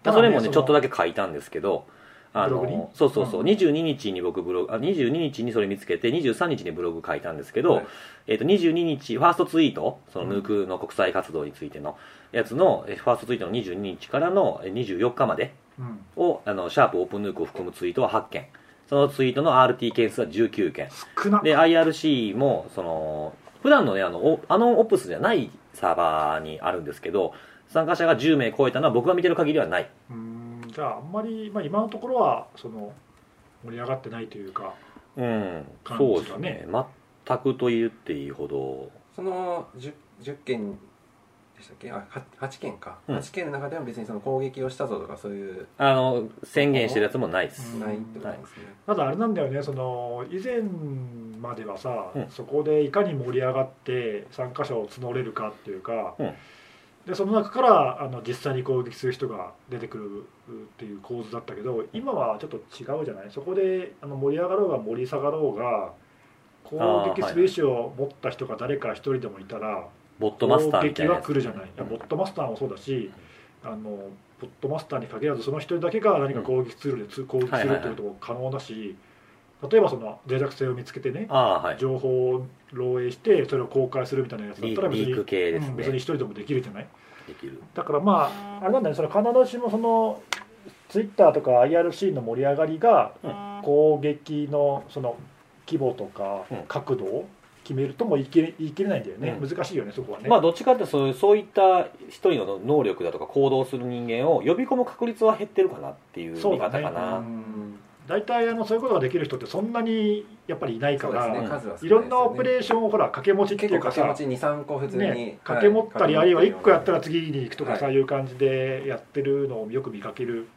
S2: らそれもね
S1: ただ
S2: ちょっと
S1: だ
S2: だけ書いたんですけどあ
S1: ブログに
S2: のそうそうそう、
S1: うん
S2: 22日に僕ブログあ22日にそれ見つけて23日にブログ書いたんですけど、
S3: はい
S2: えっと22日ファーストツイートその
S1: うん
S2: ヌークの国際活動についてのやつの、えファーストツイートの22日からのえ24日まで
S1: そのうん、
S2: をあのシャープオープンヌークを含むツイートは8件そのツイートの RT 件数は19件
S1: 少な
S2: で IRC もその普段のねあのおあのオプスじゃないサーバーにあるんですけど参加者が10名超えたのは僕が見てる限りはないう
S1: ーんじゃああんまり、まあ、今のところはその盛り上がってないというか
S2: うん、
S1: 感
S2: そうで
S1: じ
S2: す
S1: が
S2: ね
S1: ね
S2: 全くと言っていいほど
S3: その 10, 10件でしたっけあは8件か、
S2: うん
S3: 8件の中でも別にその攻撃をしたぞとかそういう
S2: あの宣言してるやつもないです、
S1: うん
S3: ないってことなんですね、
S1: ただあれなんだよねその以前まではさ、
S2: うん
S1: そこでいかに盛り上がって参加者を募れるかっていうか、
S2: うん
S1: でその中からあの実際に攻撃する人が出てくるっていう構図だったけど今はちょっと違うじゃないそこであの盛り上がろうが盛り下がろうが攻撃する意思を持った人が誰か一人でもいたら、
S2: ボットマスター
S1: 攻
S2: みた
S1: 撃
S2: いな
S1: は
S2: やつ
S1: 来るじゃないいやボットマスターもそうだしあのボットマスターに限らずその一人だけが何か攻撃ツールでつ攻撃
S2: は
S1: す
S2: いはい
S1: る
S2: はい
S1: ということも可能だし例えばその脆弱性を見つけてね
S2: ああはい
S1: 情報を漏洩してそれを公開するみたいなやつだっ
S2: リ
S1: たら別
S2: リーク
S1: に
S2: 系ですね、
S1: うん別に一人でもできるじゃない
S2: できる
S1: だからまああれなんだよねそれ必ずしもそのツイッターとか IRC の盛り上がりが
S2: うん
S1: 攻撃のその規模とか
S2: うん
S1: 角度を決めるとも言い切れ言い切れないんだよね、
S2: うん
S1: 難しいよねそこはね、
S2: まあどっちかってそういうそういった一人の能力だとか行動する人間を呼び込む確率は減ってるかなっていう
S1: そ
S2: 見
S1: うだ
S2: 方
S1: ね
S2: かな、
S3: うん
S1: 大体あのそういうことができる人ってそんなにやっぱりいないか
S3: そうです
S1: ら、
S3: ね数は少ないですよね
S1: いろんなオペレーションをほら掛け持ちって
S3: 結
S1: い
S3: 構
S1: うかさ
S3: 掛け持ち23個普通に、
S1: ね、
S3: はい
S1: 掛け持ったり、あるいは1個やったら
S3: 掛
S1: 次に行くとかさ、、
S3: はい
S1: う感じでやってるのをよく見かける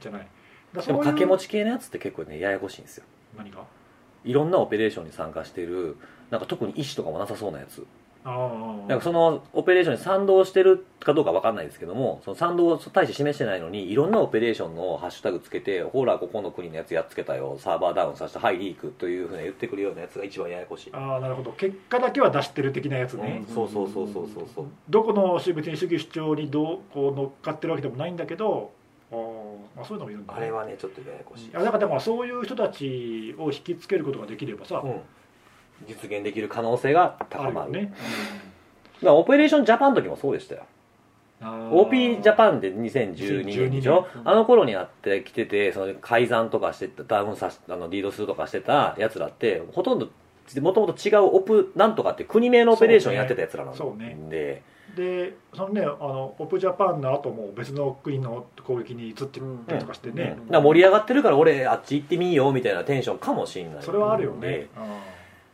S1: じゃないだ
S2: で
S1: からそう
S2: も
S1: いう
S2: 掛け持ち系のやつって結構ねややこしいんですよ
S1: 何か
S2: いろんなオペレーションに参加してるなんか特に意思とかもなさそうなやつ
S1: ああ
S2: なんかそのオペレーションに賛同してるかどうかわかんないですけどもその賛同を大して示してないのにいろんなオペレーションのハッシュタグつけてほらここの国のやつやっつけたよサーバーダウンさせたはいリークというふうに言ってくるようなやつが一番ややこしい、
S1: ああなるほど結果だけは出してる的なやつね、
S2: うんそうそうそうそうそうそう
S1: どこの私物に主義主張にどうこう乗っかってるわけでもないんだけどあああそういうのもいるんだ、ね、
S2: あれはねちょっとややこしい
S1: いやだからでもそういう人たちを引きつけることができればさ、
S2: うん実現できる可能性が高ま
S1: あ
S2: る
S1: るよね、
S2: だからオペレーションジャパンの時もそうでしたよ
S1: うん、
S2: OP ジャ
S1: ン
S2: パンで2012年でしょ
S1: 2012年
S2: あの頃にやってきててその改ざんとかしてたダウンさしあのリードするとかしてたやつらってほとんどもともと違うオプなんとかって国名のオペレーションやってたやつらなんで
S1: そうね
S2: で
S1: でそのねあのオプジャパンの後も別の国の攻撃に移ってったりとかしてね、
S2: うんだから盛り上がってるから俺あっち行ってみいよみたいなテンションかもしんない
S1: それはあるよね
S2: で、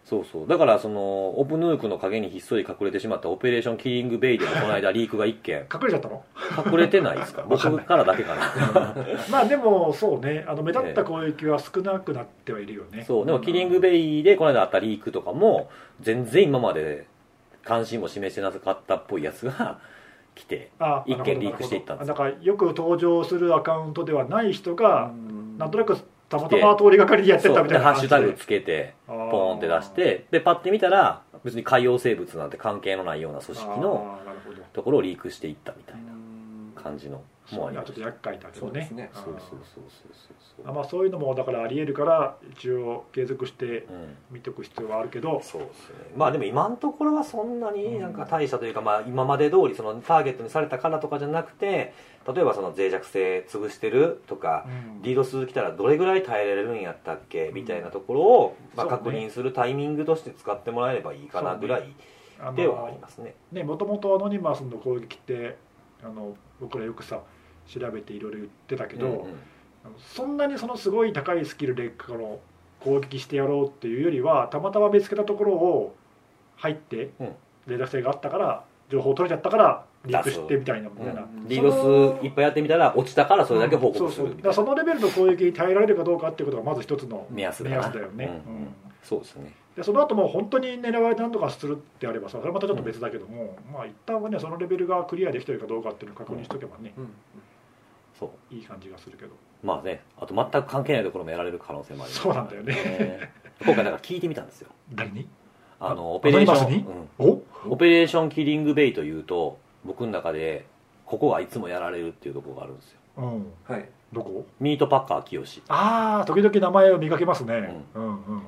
S2: そうそうだからそのオプヌークの陰にひっそり隠れてしまったオペレーションキリングベイでもこの間リークが1件
S1: 隠れちゃったの
S2: 隠れてないですか僕からだけかな
S1: まあでもそうねあの目立った攻撃は少なくなってはいるよね、
S2: そうでもキリングベイでこの間あったリークとかも全然今まで関心も示してなかったっぽいやつが来て
S1: あ
S2: 一件リークしていったんです
S1: なんかよく登場するアカウントではない人が、
S3: うん
S1: なんとなくたまたま通りがかりでやって
S2: そう
S1: たみた
S2: で
S1: いな
S2: ハッ
S1: 感
S2: シ
S1: じ
S2: ュ
S1: で
S2: タグつけてポーンって出してでパッて見たら別に海洋生物なんて関係のないような組織の
S1: あーなるほど
S2: ところをリークしていったみたい
S3: うん
S2: な感じのも
S1: も
S2: あ
S1: うちょ
S2: りま
S1: っ
S2: し
S1: と
S2: た
S1: 厄介だけ
S3: そ
S1: ど
S3: うです
S1: ね
S3: ね
S2: そうそうそうそう
S1: あ
S2: そう
S1: まあそういうのもだからありえるから一応継続して
S2: うん
S1: 見ておく必要はあるけど
S2: そうですねまあでも今のところはそんなになんか大したというか、まあ、今まで通りそのターゲットにされたからとかじゃなくて例えばその脆弱性潰してるとか、
S1: うん
S2: リード数来たらどれぐらい耐えられるんやったっけみたいなところを、まあ、
S1: そうね
S2: 確認するタイミングとして使ってもらえればいいかなぐらい
S1: あ
S2: ではあり
S1: の
S2: ますね
S1: ねもともとアノニマスの攻撃ってあの僕らよくさ調べていろいろ言ってたけど、
S2: うんうん
S1: あのそんなにそのすごい高いスキルでこの攻撃してやろうっていうよりはたまたま見つけたところを入って
S2: うん
S1: 脆弱性があったから情報取れちゃったからリークしてみたいなみたいな、
S3: うん
S2: リード数いっぱいやってみたら落ちたからそれだけ報告す
S1: そうそ
S2: る
S1: う
S2: み
S1: だ
S2: た
S1: か
S2: い
S1: らそのレ
S2: な、
S1: ベルの攻撃に耐えられるかどうかっていうことがまず一つの
S2: 目安だ
S1: 目
S2: な
S1: 安だよね、
S2: うんうん
S1: うん
S2: そうですね
S1: でその後も本当に狙われて何とかするってあればさそれはまたちょっと別だけども、まあ一旦はねそのレベルがクリアできてるかどうかっていうのを確認しとけばね、
S3: うん
S2: そう
S1: いい感じがするけど
S2: まあねあと全く関係ないところもやられる可能性もあります
S1: そうなんだよ ね
S2: ね今回なんか聞いてみたんですよ
S1: 誰に
S2: あの
S1: あ
S2: オペレーシ
S1: アノ
S2: ョ
S1: ニマス
S2: ン
S1: に、
S2: うん
S1: お
S2: オペレーションキリングベイというと僕の中でここがいつもやられるっていうところがあるんですよ
S1: うん
S3: はい
S1: どこ
S2: ミートパッカー清志
S1: ああ時々名前を見かけますね、うんうん
S2: うん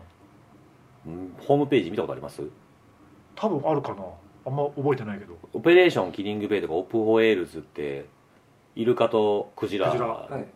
S2: ホームページ見たことあります
S1: 多分あるかなあんま覚えてないけど
S2: オペレーションキリングベイとかオプホエールズってイルカとクジラ
S1: クジラ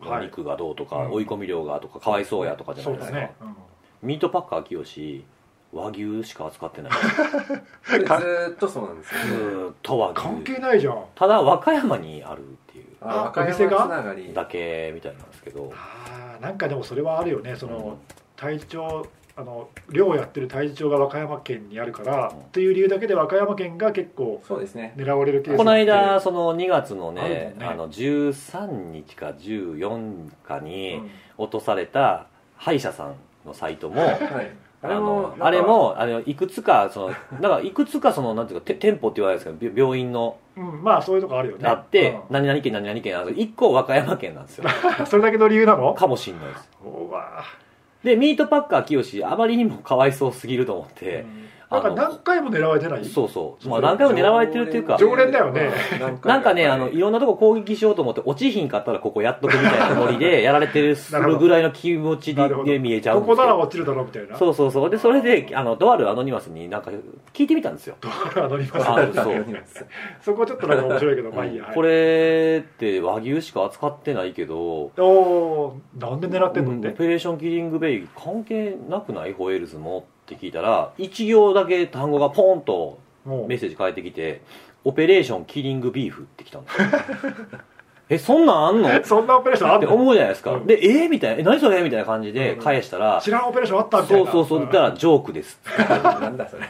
S2: の
S1: はい
S2: 肉がどうとか、
S1: はい
S2: 追い込み量がとかかわいそうやとかじ
S1: そ
S2: ゃないうで
S1: だ
S2: すか、
S1: ね、うん
S2: ミートパッカー清志和牛しか 扱ってない
S3: ずーっとそうなんですよ
S2: ず
S3: ね
S2: ーっと和牛
S1: 関係ないじゃん
S2: ただ和歌山にあるってい
S3: あ
S1: あ
S3: 和歌
S1: お店が
S3: 山つながり
S2: うだけみたいなんですけど
S1: あーなんかでもそれはあるよねその、
S2: うん
S1: 体調あの漁をやってる太地町が和歌山県にあるから、
S2: うん
S1: という理由だけで和歌山県が結構
S3: そうですね
S1: 狙われるケース
S2: この
S1: あ
S2: 間
S1: って
S2: その2月の
S1: ある
S2: ね
S1: もんね
S2: あの13日か14日に
S1: うん
S2: 落とされた歯医者さんのサイトも
S3: はい
S2: あの
S3: なんか
S2: あれもあのいくつかそのだからいくつかそのなんていうかて店舗って言わないですけどび病院の
S1: うん、まあそういうとこあるよね
S2: あって
S1: うん
S2: 何々県何々県なんですけど1個和歌山県なんですよ
S1: それだけの理由なの
S2: かもしんないです
S1: うわ
S2: でミートパッカー清あまりにもかわいそうすぎると思って、
S1: なん
S2: あ
S1: か
S2: の
S1: 何回も狙われてない
S2: そうそう、まあ、何回も狙われてるっていうか
S1: 常連だよね
S3: 何回か
S2: なんかね、あの、いろんなとこ攻撃しようと思って、落ちひんかったらここやっとくみたいなノリで、やられてるするぐらいの気持ち
S1: な
S2: で
S1: るほど
S2: で見えちゃう
S1: こ
S2: んです
S1: こ
S2: よ
S1: なら落ちるだろうみたいな
S2: そうそうそう。で、それで、あの、とあるアノニマスになんか聞いてみたんですよ。
S1: あの今
S2: あのそう
S3: わかります
S1: そこちょっとなんか面白いけどまあいいや、
S2: うんこれって和牛しか扱ってないけど、
S1: おおーなんで狙ってん
S2: う
S1: の
S2: ん
S1: って、
S2: オペレーションキリングベイ関係なくないホエールズもって聞いたら、一行だけ単語がポンと
S1: もう
S2: メッセージ変えてきて、オペレーションキリングビーフってき たんですよ。え、そんなんあんの
S1: そんなオペレーションあ
S2: っ
S1: ってた
S2: 思うじゃないですか、
S1: うん
S2: でえー、みたいなえ何それみたいな感じで返したら、
S1: 知らんオペレーションあったみたい
S2: そう
S1: な
S2: そうそうだったらジョークです
S3: なんだそれ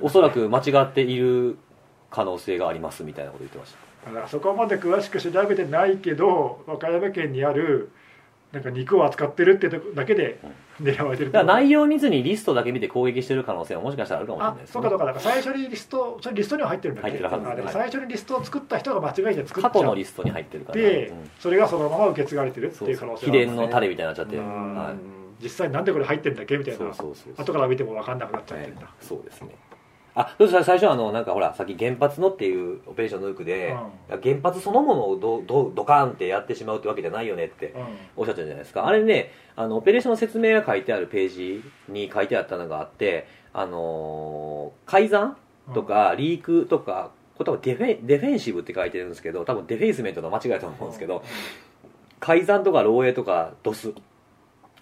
S2: おそらく間違っている可能性がありますみたいなこと言ってました
S1: だからそこまで詳しく調べてないけど和歌山県にあるなんか肉を扱ってるってとこだけで狙われてる
S2: だから内容見ずにリストだけ見て攻撃してる可能性ももしかしたらあるかもしれ
S1: あ
S2: ないです
S1: そう
S2: ね、
S1: かそうかだから最初にリストそれリストには入ってるんだっけ
S2: 入ってるはずです
S1: あでも
S2: はい
S1: 最初にリストを作った人が間違いで作っ
S2: 過
S1: ち
S2: 去
S1: ゃ
S2: の
S1: っ
S2: リストに入ってるから、
S1: て、
S2: うん
S1: それがそのまま受け継がれてるって
S2: そう
S1: いう
S2: そ
S1: 可
S2: う
S1: 能性
S2: 秘
S1: はあるんで
S2: 伝
S1: す
S2: のタレみたいになっちゃって、
S1: うん
S2: はい、
S1: 実際なんでこれ入ってんだっけみたいな
S2: そうそうそうそう
S1: 後から見ても分かんなくなっちゃってんだ、
S2: ええそうですねあそうです最初はあのなんかほらさっき原発のっていうオペレーションのークで、原発そのものをどどドカーンってやってしまうってわけじゃないよねって
S1: うん
S2: おっしゃってるじゃないですかあれねあのオペレーションの説明が書いてあるページに書いてあったのがあってあのー改ざんとかリークとかこれ多分デフェデフェンシブって書いてるんですけど多分デフェイスメントの間違いだと思うんですけど改ざんとか漏洩とかドス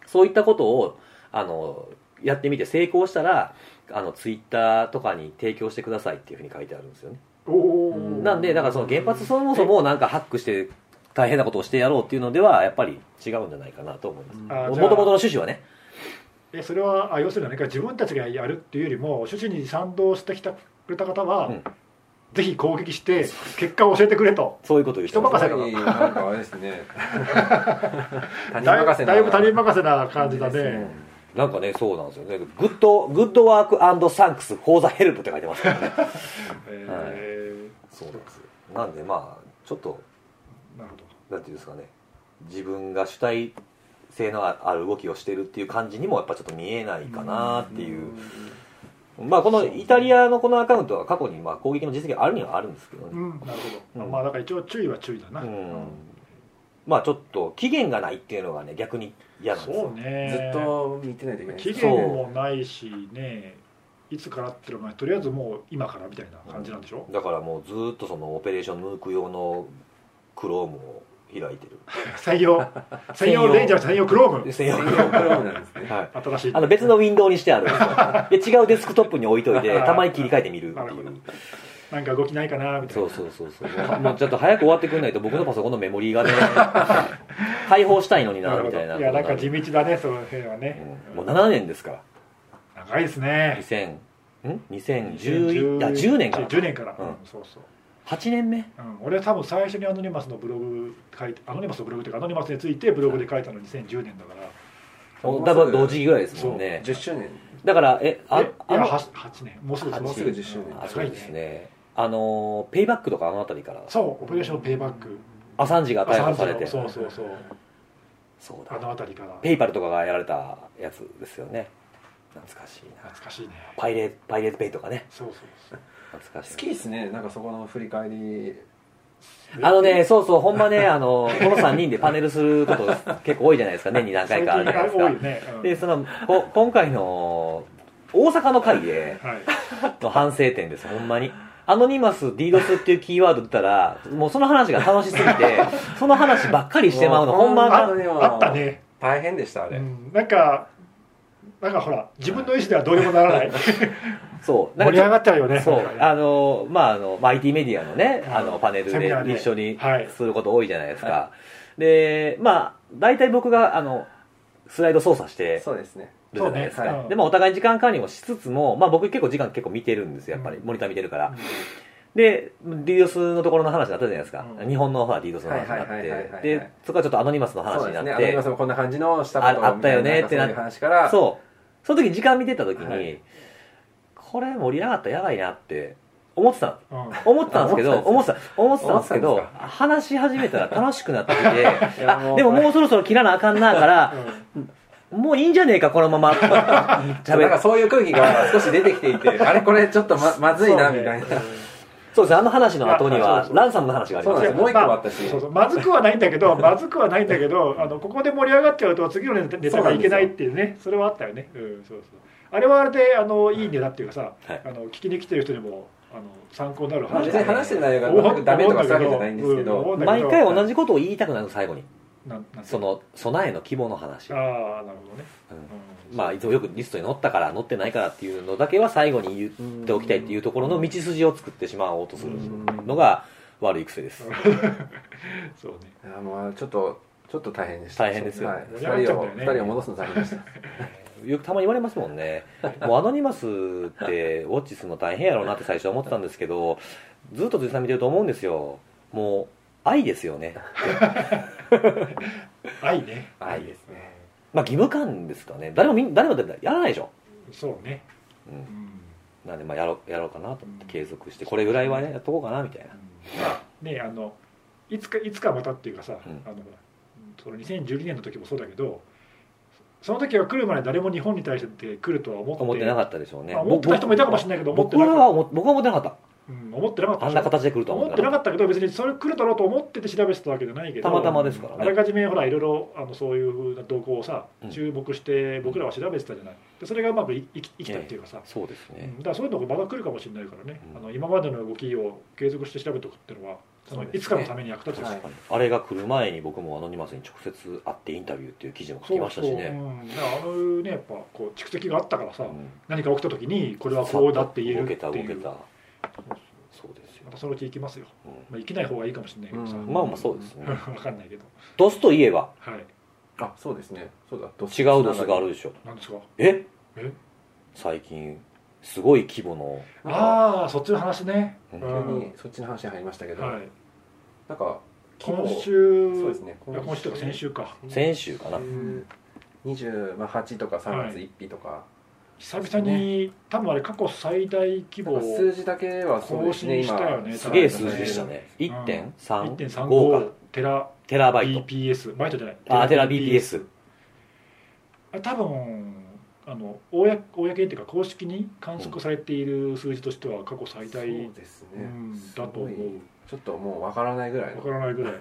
S2: そういったことをあのやってみて成功したらあのツイッターとかに提供してくださいっていうふうに書いてあるんですよね
S1: おお
S3: うん
S2: なんでだからその原発そもそもなんかハックして大変なことをしてやろうっていうのではやっぱり違うんじゃないかなと思います
S3: う
S2: も
S3: ん
S1: あ
S2: と
S1: じゃあ
S2: もとの趣旨はね
S1: えそれはあ要するに何か自分たちがやるっていうよりも趣旨に賛同してきたくれた方は、
S2: うん
S1: ぜひ攻撃して結果を教えてくれと
S2: そういうことを言って
S1: 人
S2: ます
S1: 任せ
S3: や
S1: だ
S3: っ
S1: な
S3: ぱりなんかあれですね他人
S1: だい
S3: 任せな
S1: だいぶ他人任せな感じだね
S3: いいですね
S2: なんかねそうなんですよねグッドグッドワークサンクスフォーザヘルプって書いてますか らね
S1: え
S2: そうなんですよなんでまあちょっと
S1: ーなるほど
S2: なんていうんですかね自分が主体性のある動きをしてるっていう感じにもやっぱちょっと見えないかなっていう、まあこのイタリアのこのアカウントは過去にまあ攻撃の実績があるにはあるんですけどね、
S1: うんなるほど、
S2: うん
S1: まあだから一応注意は注意だな、
S2: うんまあちょっと期限がないっていうのがね逆に嫌なんです
S1: そ
S2: よ
S1: うね
S3: ずっと見てないといけない
S1: 期
S3: です
S1: 限もないしねいつからっていうのがとりあえずもう今からみたいな感じなんでしょ、
S2: だからもうずーっとそのオペレーションヌーク用のクロームを開いてる
S1: 専 用専用レイジャー専用クローム
S2: 専用
S3: 専
S2: ク
S3: 用
S2: ロ
S3: ク
S2: ー
S3: ロ
S2: ム
S3: ームなんですね
S2: はい
S1: 新しい
S2: あの別のウィンドウにしてあるんですよで違うデスクトップに置いといてたまに切り替えてみるって
S1: なる
S2: い
S1: ほど
S2: う
S1: なんか動きないかなみたい
S2: そ
S1: な
S2: うそうそうそうもうちょっと早く終わってくんないと僕のパソコンのメモリーがね 解放したいのに
S1: な
S2: な
S1: るほ
S2: み
S1: ど
S2: たいない
S1: やなんか地道だねその辺はね、
S2: うんもう7年ですから
S1: 長いですね
S2: 2000ん2011あ10年から
S1: 10年から、
S2: うん
S1: うんそうそう、
S2: 8年目
S1: うん、俺は多分最初にアノニマスのブログ書いてアノニマスのブログっていうかアノニマスについてブログで書いたの2010年だから
S2: おだから同時期ぐらいですもんね
S3: 10周年
S2: だからえあ
S1: えい
S2: あ
S1: や
S2: の
S1: 8, 8年もうすぐ
S3: もうすぐ10周年
S2: あ
S1: 長
S2: そう
S1: い
S2: ですねあのペイバックとかあの辺りから
S1: そうオペレーションペイバック
S2: アサンジが逮捕されて
S1: そうそうそう
S2: そう
S1: あの
S2: だ
S1: 辺りから
S2: ペイパルとかがやられたやつですよね懐かしいな
S1: 懐かしいね
S2: パイレパイレートペイとかね
S1: そうそうそう
S2: 懐かしい
S3: 好きですねなんかそこの振り返り
S2: あのね、そうそう、ほんまね、あの、この3人でパネルすること結構多いじゃないです か、年に何回かあるじゃないです
S1: 最
S2: か
S1: 近。多いよね、うん
S2: で、その、こ今回の、大阪の会で、
S1: はい、
S2: の反省点です、ほんまに。アノニマス、ディードスっていうキーワード出たら、もうその話が楽しすぎ て、その話ばっかりしてまうの、
S3: もう
S2: ほんま
S3: あ
S2: が
S3: の。ねもう
S1: あったね、
S3: 大変でしたあ
S1: う
S3: れ
S1: ん、なんかなんかほら自分の意思ではどうにもならない
S2: そう。な
S1: 盛
S2: ん
S1: り上
S2: か
S1: がっちゃうよね
S2: そう
S1: なん、か
S2: あの、まあ、あの、まあ、IT メディアのね、
S1: うん
S2: あの、パネル
S1: セミ
S2: で
S1: ナーで
S2: 一緒に
S1: はい
S2: すること多いじゃないですか。で、まあ、大体僕が、あの、スライド操作して
S3: そうですね
S2: るじゃないです
S3: そうね
S2: か、
S1: はい
S2: でまあお互い時間管理もしつつも、まあ、僕結構時間結構見てるんですよやっぱり、
S1: うん
S2: モニター見てるから、で DDoS のところの話になったじゃないですか、
S1: うん
S2: 日本のほら DDoS の話になっ
S3: はいはいはいはいはいは
S2: て
S3: い
S2: でそこはちょっとアノニマスの
S3: そ
S2: 話
S3: う
S2: に
S3: で
S2: な
S3: すね
S2: って
S3: アノニマスもこんな感じのしたことを
S2: ああったよね
S3: みいな
S2: ってな
S3: なんかそういう話から
S2: そうその時時間見てた時に、
S3: はい
S2: これ盛り上がったらやばいなって思ってたの
S1: うん
S2: 思ってたんですけど
S3: あ
S2: 思ってた思ってたんですけ
S3: 思
S2: ど
S3: ってたん
S2: 話し始めたら楽しくなってき て
S3: いや
S2: あでも
S3: これ
S2: もうそろそろ切らなあかんなからもういいんじゃねえかこの まま
S3: そうなん
S2: 喋
S3: か
S2: る
S3: そういう空気が少し出てきていて あれこれちょっとままずいなみたいな
S1: そうね
S2: そうですねあの話の後に
S1: いやそ
S2: は
S1: うそう
S2: ランサムの話があり
S3: そう
S2: ま
S3: な
S2: す
S3: んです
S1: い
S3: よ
S1: や
S3: もう一個あったし
S1: うんそうそうまずくはないんだけ どまずくはないんだけどあのここで盛り上がっちゃうと次のネタネタがいけないっていうねそれはあったよね、うん、そうそうあれはあれであのいいネタっていうかさ、
S2: はい
S1: あの聞きに来てる人にもあの参考になる
S3: まあ
S1: 話
S3: 別
S1: だ
S3: に
S1: よね
S3: 話してる内容が全くダメとか下げてないんですけ
S1: 思
S3: ど
S1: うんだけ
S2: 毎
S1: ど
S2: 回同じことを言いたくなる最後に
S1: なんなん
S2: その備えの規模の話、
S1: ああなるほどね、
S2: う
S1: うんん
S2: まあいつもよくリストに載ったから載ってないからっていうのだけは最後に言っておきたいっていうところの道筋を作ってしまおうとするのが悪い癖です
S1: そうね
S3: いやもうちょっとちょっと大変でした
S2: 大変ですよ
S3: はい、
S1: 盛り上がっ
S3: 2
S1: ち
S3: 人
S1: ゃったよ
S3: を
S1: ね
S3: 二人を戻すの大変で した
S2: よくたまに言われますもんねもうアノニマスってウォッチするの大変やろうなって最初は思ってたんですけどずっと辻さん見てると思うんですよもう愛ですよね
S1: 愛ね
S3: 愛ですね
S2: まあ義務感ですかね誰もみん誰もだってやらないでしょ、
S1: うんそうね
S2: う、
S1: うんん
S2: なんでまあやろうやろうかなと思って継続してこれぐらいはねやっとこうかなみたいな
S1: ねあのいつかいつかまたっていうかさ、
S2: うん
S1: あのほらその2012年の時もそうだけどその時は来るまで誰も日本に対して来るとは思って
S2: 思ってなかったでしょうね
S1: まあ思ってた人もいたかもしれないけど思って
S2: 僕
S1: なか
S2: ら
S1: っ
S2: は思僕は思ってなかった
S1: た、うん、思ってなかった
S2: あんな形で来るとは
S1: 思
S2: 思っ
S1: ってて
S2: な
S1: な
S2: か
S1: か
S2: っ
S1: ったけど別にそれ来るだろうと思ってて調べてたわけじゃないけど
S2: たまたまですからね
S1: あらかじめほらいろいろあのそういうふうな動向をさ
S2: うん
S1: 注目して僕らは調べてたじゃないでそれがうまくいいき生きたっていうかさ
S2: た、そうですね
S1: うんだからそういうのがまだ来るかもしれないからね、
S2: うん
S1: あの今までの動きを継続して調べておくっていうのはその
S3: そうですね
S1: いつかのために役立つよ
S3: はい
S2: あれが来る前に僕もアノニマスに直接会ってインタビューっていう記事も書きましたしね
S1: うん、だからあのねやっぱこう蓄積があったからさ、
S2: うん
S1: 何か起きた時にこれはこうだって言えるっていう
S2: さっと動けた動けた
S1: そう
S2: そうですよ
S1: またそのうち生きますよ、
S2: う
S1: まあ、生きない方がいいかもしれないけどさ、
S3: うん
S2: んまあまあそうですね
S1: 分かんないけど
S2: ドスといえば
S1: はい
S3: あそうですねそうだド
S2: 違うドスがあるでしょ
S1: なんですか
S2: え
S1: え
S2: 最近すごい規模の
S3: あ
S1: ああそっちの話ね、
S2: うん
S3: 急
S1: うん
S3: にそっちの話に入りましたけど、
S1: はい、
S3: なんか規模
S1: 今週
S3: そうですね
S1: いや今週とか先週か
S2: 先週かな
S3: 28とか3月1日とか、
S1: 久々に多分あれ過去最大規
S3: なん
S1: 模
S3: か数字だけはそうですね
S1: 更新したよね
S3: 今
S2: すげえ数字でしたね1.35
S1: 1.35テラ
S2: テラバイト
S1: BPS バイトじゃない
S2: あテラ BPS
S1: あれ多分あの公公にっていうか公式に観測されている数字としては過去最
S3: そ
S1: 大、
S3: うです
S1: う
S3: ね、
S1: んだと
S3: すご
S1: 思
S3: いうちょっともうわからないぐらい
S1: わ
S3: の
S1: からないぐらい、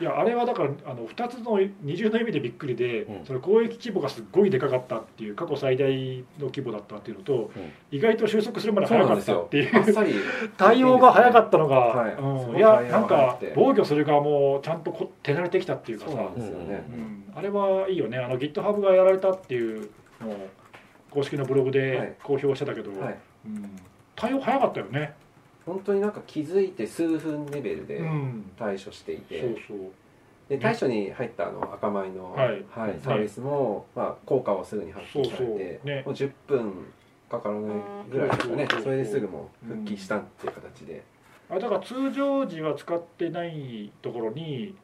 S1: いやあれはだからあの2つの二重の意味でびっくりで、
S2: うん
S1: その攻撃規模がすっごいでかかったっていう過去最大の規模だったっていうのと、
S2: うん
S1: 意外と収束するまで
S3: そう
S1: 早
S3: な
S1: か
S3: ん
S1: っ
S3: です
S1: たっ
S3: よ
S1: ていう
S3: あっさり
S1: 対応が早かったのが、
S3: はい
S1: うん
S3: すごい
S1: いや
S3: 対応が
S1: なんか
S3: 早くて
S1: 防御する側もちゃんとこ手慣れてきたっていうか
S3: そう
S1: さ
S3: なんですよね、
S2: う
S1: うんあれはいいよねあの GitHub がやられたっていうのを公式のブログ
S3: はい
S1: で公表してたけど、
S3: はい
S1: うん対応早かったよね、
S3: 本当になんか気づいて数分レベルで
S1: うん
S3: 対処していて、
S1: そうそう
S3: で対処に入ったあの赤米の、
S1: はい
S3: サービスも、まあ、効果をすぐに発揮されて
S1: そうそうね
S3: もう10分かからないぐらいですか
S1: そうそ
S3: ね
S1: うそう
S3: それですぐもう復帰したっていう形で、
S1: あれだから通常時は使ってないところに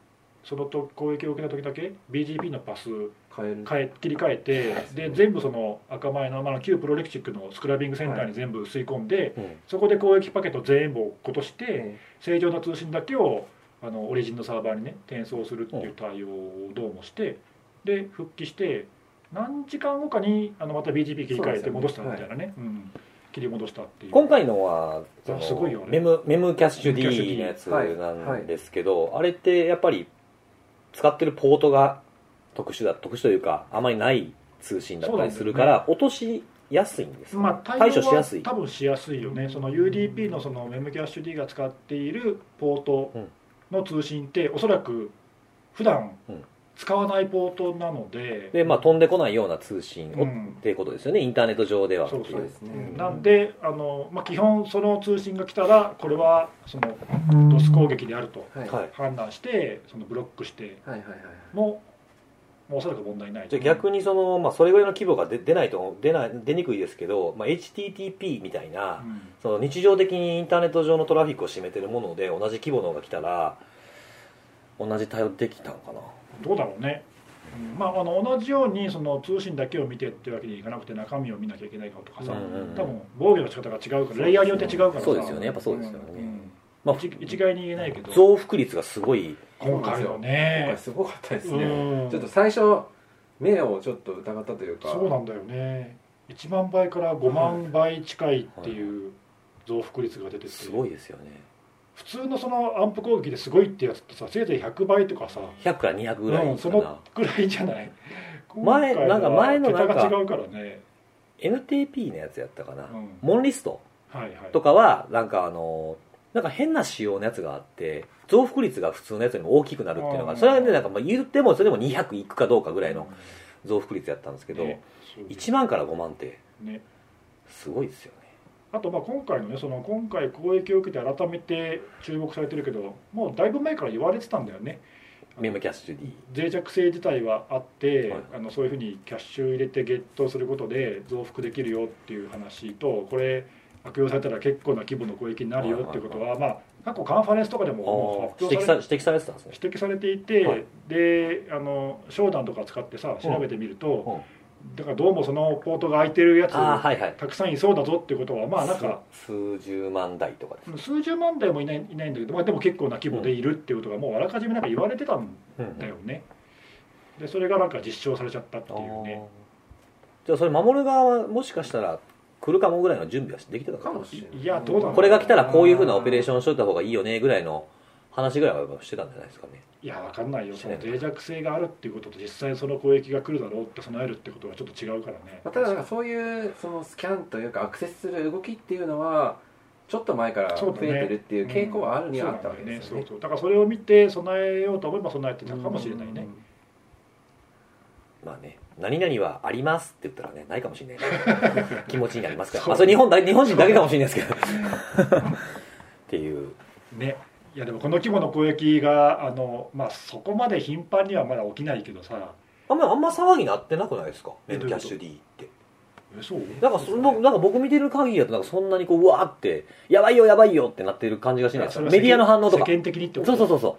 S1: そのと攻撃を受けた時だけ BGP のパス
S3: 変える
S1: 変え切り替えてで全部その赤前の、まあ、旧プロレクチックのスクラビングセンターに全部吸い込んで、
S2: うん
S1: そこで攻撃パケット全部落っことして、
S3: え
S1: 正常な通信だけをあのオリジンのサーバーにね転送するっていう対応をどうもしてで復帰して何時間後かにあのまた BGP 切り替えて戻したみたいなねうん切り戻したっていう
S2: 今回のはその
S1: あすごいよね
S2: メムメムキャッシュ
S1: メムキャッシュ
S2: D
S1: D
S2: のやつなんですけど、あれってやっぱり使ってるポートが特殊だ特殊というかあまりない通信だったりするから、落としやすいんです、
S1: まあ、
S2: 対処しやすい
S1: 多分しやすいよねその UDP のそのメムキャッシュ D が使っているポートの通信っておそらく普段
S2: うん
S1: 使わないポートなので、
S2: で、まあ、飛んでこないような通信
S1: う
S2: を、っ
S1: ん
S2: ていうことですよねインターネット上では
S1: そう
S2: ってい
S1: そう
S3: そううんですね
S1: なんであの、まあ、基本その通信が来たらこれはそのドス攻撃であると
S3: はい
S2: は
S3: はいい
S1: 判断してそのブロックして
S3: はいはいはい
S1: もまあおそらく問題ない
S2: じゃあ逆にその、まあ、それぐらいの規模が出出ないと出ない出にくいですけど、まあ、HTTP みたいな、
S1: うん
S2: その日常的にインターネット上のトラフィックを占めてるもので同じ規模のが来たら同じ対応できたのかな
S1: どうだろうね、うんまあ、あの同じようにその通信だけを見てっていうわけにいかなくて中身を見なきゃいけないかとかさ、
S2: うんうんうん
S1: 多分防御の仕方が違うからレイヤーによって違うからさ
S2: そうですよねやっぱそうですよね
S1: ん
S2: まあ
S1: 一一概に言えないけど
S2: 増幅率がすごい
S1: 今回の
S3: 今
S1: ね
S3: 回すごかったですね
S1: うん
S3: ちょっと最初目をちょっと疑ったというか
S1: そうなんだよね1万倍から5万倍近いっていう増幅率が出てて
S2: すごいですよね
S1: 普通のその暗譜攻撃ですごいってやつってさせいぜい100倍とかさ
S2: 100から200ぐらい
S1: うん、
S2: か
S1: そ
S2: な、
S1: のくらいじゃない
S2: 前
S1: 今回は
S2: なんか前のなんか
S1: 桁が違うからね、
S2: NTP のやつやったかな、
S1: うん
S2: モンリスト
S1: はいはい
S2: とかはなんかあのなんか変な仕様のやつがあって増幅率が普通のやつよりも大きくなるっていうの
S1: う
S2: が
S1: ん
S2: それはねなんかまあ言ってもそれでも200いくかどうかぐらいの
S1: う
S2: 増幅率やったんですけ
S1: ん
S2: ど、
S1: ねそう
S2: 1万から5万って
S1: ね
S2: すごいですよね
S1: あとまあ今回のねその今回攻撃を受けて改めて注目されてるけどもうだいぶ前から言われてたんだよね
S2: メモキャッシュ D
S1: 脆弱性自体はあって、
S2: はい
S1: あのそういうふうにキャッシュ入れてゲットすることで増幅できるよっていう話とこれ悪用されたら結構な規模の攻撃になるよっていうことは,、まあ過去カンファレンスとかでももう発
S2: 指
S1: 表され
S2: 摘さ指摘されてたんですね
S1: 指摘されていて、
S2: はい
S1: であの商談とか使ってさ調べてみると、
S2: うん
S1: だからどうもそのポートが空いてるやつ、
S2: ああはいはい
S1: たくさんいそうだぞっていうことはまあなんか
S2: す数十万台とかです、
S1: 数十万台もいないいないんだけど、まあ、でも結構な規模でいるっていうことがもうあらかじめなんか言われてたんだよね、でそれがなんか実証されちゃったっていうね
S2: じゃあそれ守る側はもしかしたら来るかもぐらいの準備はできてた
S3: か
S2: かも
S3: もしれない
S1: いやどうなの
S2: これが来たらこういうふうなオペレーシ
S3: ョン
S2: ョンしといた方がいいよねぐらいの話ぐらいはやっぱしてたんじゃないですかね
S1: いやわかんないよその脆弱性があるっていうことと実際その攻撃が来るだろうって備えるってことはちょっと違うからね
S3: まあただなんかそういうそのスキャンというかアクセスする動きっていうのはちょっと前から
S1: そう
S3: 増
S1: だね
S3: えてるっていう傾向はあるにはあったわけです
S1: そ
S3: よ
S1: うなんだよね
S3: ね
S1: そうそうだからそれを見て備えようと思えば備えてたかもしれないね、
S3: うん
S2: まあね何々はありますって言ったらねないかもしれない 気持ちになりますから
S1: そう
S2: まあそれ日本だ日本人だけかもしれないですけどっていう
S1: ねいやでもこの規模の攻撃があの、まあ、そこまで頻繁にはまだ起きないけどさ
S2: あんまあんま騒ぎなってなくないですか
S1: え
S2: メ
S1: ど
S2: ル
S1: ういう
S2: キ
S1: こと
S2: ャッシュ D って
S1: えそう
S2: なんかそのなんか僕見てる限りだとなんかそんなにこううわーってやばいよやばいよってなってる感じがしないですかメディアの反応とか
S1: 世間的にって
S2: そう
S1: こと
S2: そうそうそ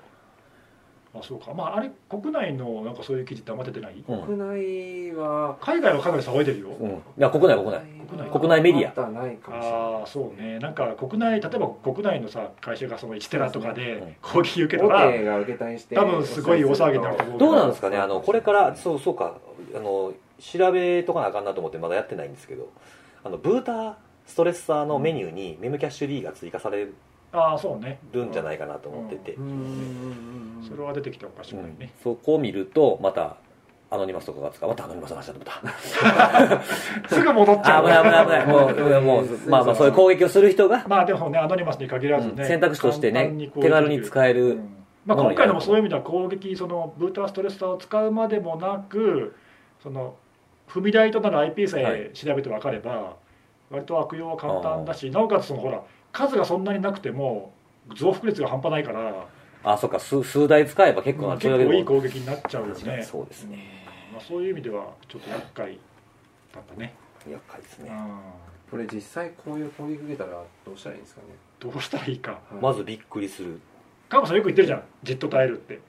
S1: あそうかまああれ国内のなんかそういう記事ってあんま出てない、
S2: う、うん
S3: 国内は
S1: 海外はかなり騒いでるよ、
S2: うん、いや国内国内
S1: 内
S2: 国内メディア
S3: まだないかもしれない
S1: ああそうねなんか国内例えば国内のさ会社がその1テラとか
S2: うん
S1: で攻撃受けた
S3: 大
S1: ら、
S3: 手が受けたりして
S1: 多分すごい大騒ぎになると思
S2: どうなんですかね
S3: そう
S2: あのこれからそうそうかあの調べとかなあかんなと思ってまだやってないんですけどあのブーターストレッサーのメニューにメムキャッシュ D が追加され
S1: ああそうね
S2: るんじゃないかなと思ってて、
S3: うんうんうん
S1: それは出てきておかしく
S2: う
S1: ないね、
S2: んそこを見るとまたアノニマスとかが使うまたアノニマスの話だと思った
S1: すぐ戻っちゃ
S2: あ
S1: う
S2: 危ない危ない危ないもうもうまあまあそういう攻撃をする人が、
S1: まあでもねアノニマスに限らずね、
S2: うん選択肢として
S1: 簡
S2: ね
S1: 単にこう
S2: 手軽に使え
S1: う
S2: る
S1: んまあ、今回のもそういう意味では攻撃そのブーターストレスターを使うまでもなくその踏み台となる IP さえ調べて分かれば、割と悪用は簡単だしなおかつそのほら数がそんなになくても増幅率が半端ないから
S2: あそっか数数台使えば結構な
S1: 結
S2: それだけ
S1: 構いい
S2: でも
S1: 攻撃になっちゃうよ
S2: 確かに
S1: ね
S2: そうですね
S1: うんまあ、そういう意味ではちょっと厄介だったね、
S2: 厄介です
S1: うん
S2: ね、
S3: これ実際こういう攻撃受けたらどうしたらいいんですかね
S1: どうしたらいいか
S3: はい
S2: まずびっくりする
S1: カモさんよく言ってるじゃんじっと耐えるって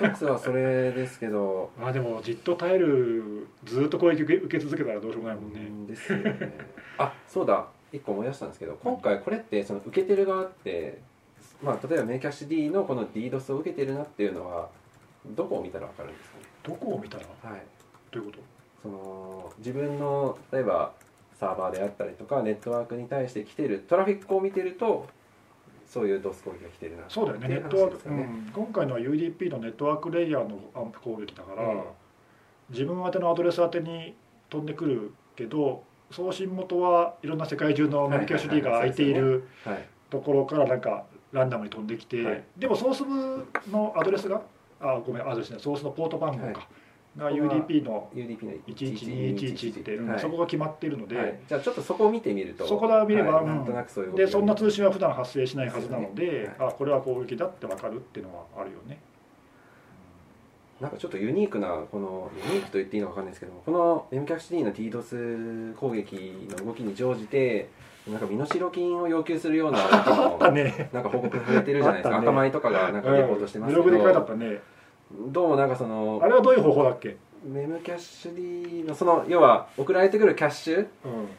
S3: 一つはそれですけど
S1: まあでもじっと耐えるずっと攻撃受け受け続けたらどうしよう もないもん
S3: う
S1: ね
S3: んですよねあそうだ一個思い出したんですけど今回これってその受けてる側ってまあ例えばメイキャッシュ D のこの DDoS を受けてるなっていうのはどこを見たら分かるんですかね
S1: どこを見たら
S3: はい
S1: どういうこと
S3: その自分の例えばサーバーであったりとかネットワークに対して来てるトラフィックを見てるとそういうドス攻撃が来てるな
S1: そうだよね、
S3: って
S1: ネ
S3: いう
S1: ットワ
S3: 話
S1: ー
S3: です
S1: ク、
S3: よね
S1: うん今回のは UDP のネットワークレイヤーのアンプ攻撃だから、
S3: うん
S1: 自分宛てのアドレス宛てに飛んでくるけど、送信元はいろんな世界中のメディキャッシュ D が空いてい
S3: はいは
S1: る
S3: はい
S1: ところから、なんかランダムに飛んできて、
S3: はい
S1: でもソースのアドレスが、あごめん、アドレスね、ソースのポート番号か、が UDP の
S3: UDP の
S1: 11211って、うん
S3: はい
S1: そこが決まっているので。
S3: はいじゃあちょっとそこを見てみると
S1: そこで見れば
S3: はい
S1: うん
S3: なんとなくそういう動き
S1: でそんな通信は普段発生しないはずなので
S3: ですよねは
S1: あこれは攻撃だって分かるっていうのはあるよね
S3: なんかちょっとユニークなこのユニークと言っていいのかわかんないですけどもこの m キャッシュ D の DDoS 攻撃の動きに乗じてなんか身代金を要求するような動き
S1: あっ
S3: も
S1: たね
S3: なんか報告増えてるじゃないですか、
S1: あったね
S3: 赤米とかがなんかレポートしてますけ
S1: ブログで書いてあっ
S3: ど、
S1: たね
S3: どうもなんかその
S1: あれはどういう方法だっけ、
S3: メムキャッシュ D のその要は送られてくるキャッシュ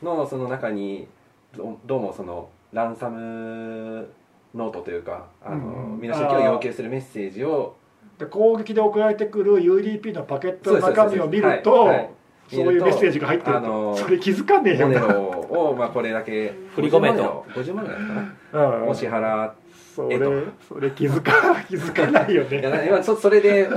S1: うん、
S3: のその中にどどうもそのランサムノートというかあ
S1: うんう
S3: の
S1: ん
S3: 身代金を要求するメッセージを
S1: で攻撃で送られてくる UDP のパケットの
S3: そうです
S1: 中身を見ると
S3: そうですはいはい
S1: そういうメッセージが入ってる
S3: あの
S1: とそれ気づかねえよ
S3: モネ
S1: な、
S3: ロを、まあ、これだけ
S2: 振り込めと
S3: 50万円かな
S1: うんうん
S3: を支払っ
S1: それ
S3: えっと
S1: それ気づ か気づかないよ
S3: ていや
S1: ね
S3: な今そそれで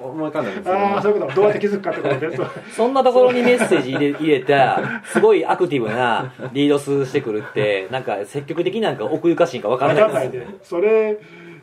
S3: お思い浮かんだんですけど
S1: ああそういうことどうやって気づくかってこと ねそう
S2: そんなところにメッセージ入れ入れた、 すごいアクティブなリードスしてくるって、なんか積極的なんか奥ゆかしいんかわから
S1: 分
S2: な
S1: か
S2: い
S1: ん
S2: で
S1: な
S2: す
S1: いでそれ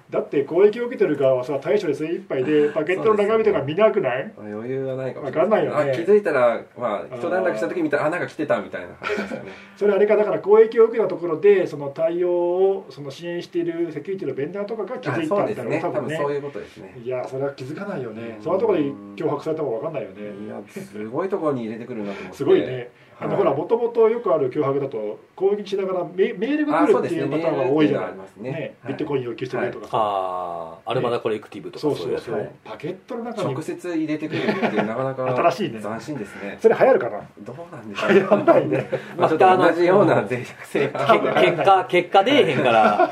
S1: だって攻撃を受けてる側はさ対処で精一杯 でパケットの中身とか見なくない
S3: まあ余裕はないかもしれ
S1: わかんない
S3: い
S1: よね
S3: あ気づいたら、まあ、一段落した時見たらあなんか来てたみたいな話ですよね
S1: それあれかだから攻撃を受けたところでその対応をその支援しているセキュリティのベンダーとか が気づいた
S3: あそう
S1: み
S3: で
S1: た
S3: す
S1: いな
S3: ね
S1: 多
S3: 多
S1: 分
S3: 分
S1: ね
S3: そういうことですね
S1: いやそれは気づかないよね
S3: うん
S1: そんなところで脅迫された方が分かんないよね
S3: いやすごいところに入れてくるなと思って
S1: すごいねあの、
S3: はい
S1: ほらもともとよくある脅迫だと攻撃しながらメメールが
S3: あ
S1: 来
S3: そう
S1: るっ
S3: で
S1: て
S3: す
S1: い
S3: ね
S1: うパターンが多いじゃない
S3: メールってうのはあります
S1: ね
S3: ねはい
S1: ビットコイン要求してくれとかさ、
S2: ああ、アルマダコレクティブとか
S1: そう
S2: そ
S1: そ
S2: ういう
S1: う
S2: やつ
S1: そう、
S3: はい
S1: パケットの中に
S3: 直接入れてくるって なかなか
S1: 新しいね
S3: 斬新ですね
S1: それ流行るかな
S3: どうなんでしょう
S1: 流行らないね
S3: まあちょっと同じような脆弱性が
S1: 多分
S2: 結果、結果出えへんから。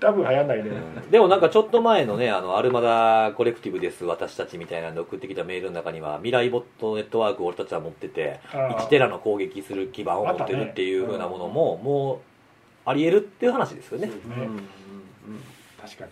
S1: 多分流行らないね、
S2: でもなんかちょっと前のね、あの、アルマダコレクティブです、私たちみたいなんで送ってきたメールの中には、未来ボットネットワークを俺たちは持ってて、
S1: あー
S2: 1テラの攻撃する基盤を持ってるっていうふうなものも、もう、あり得るっていう話ですよね。
S1: ね
S3: うんうん
S1: 確かに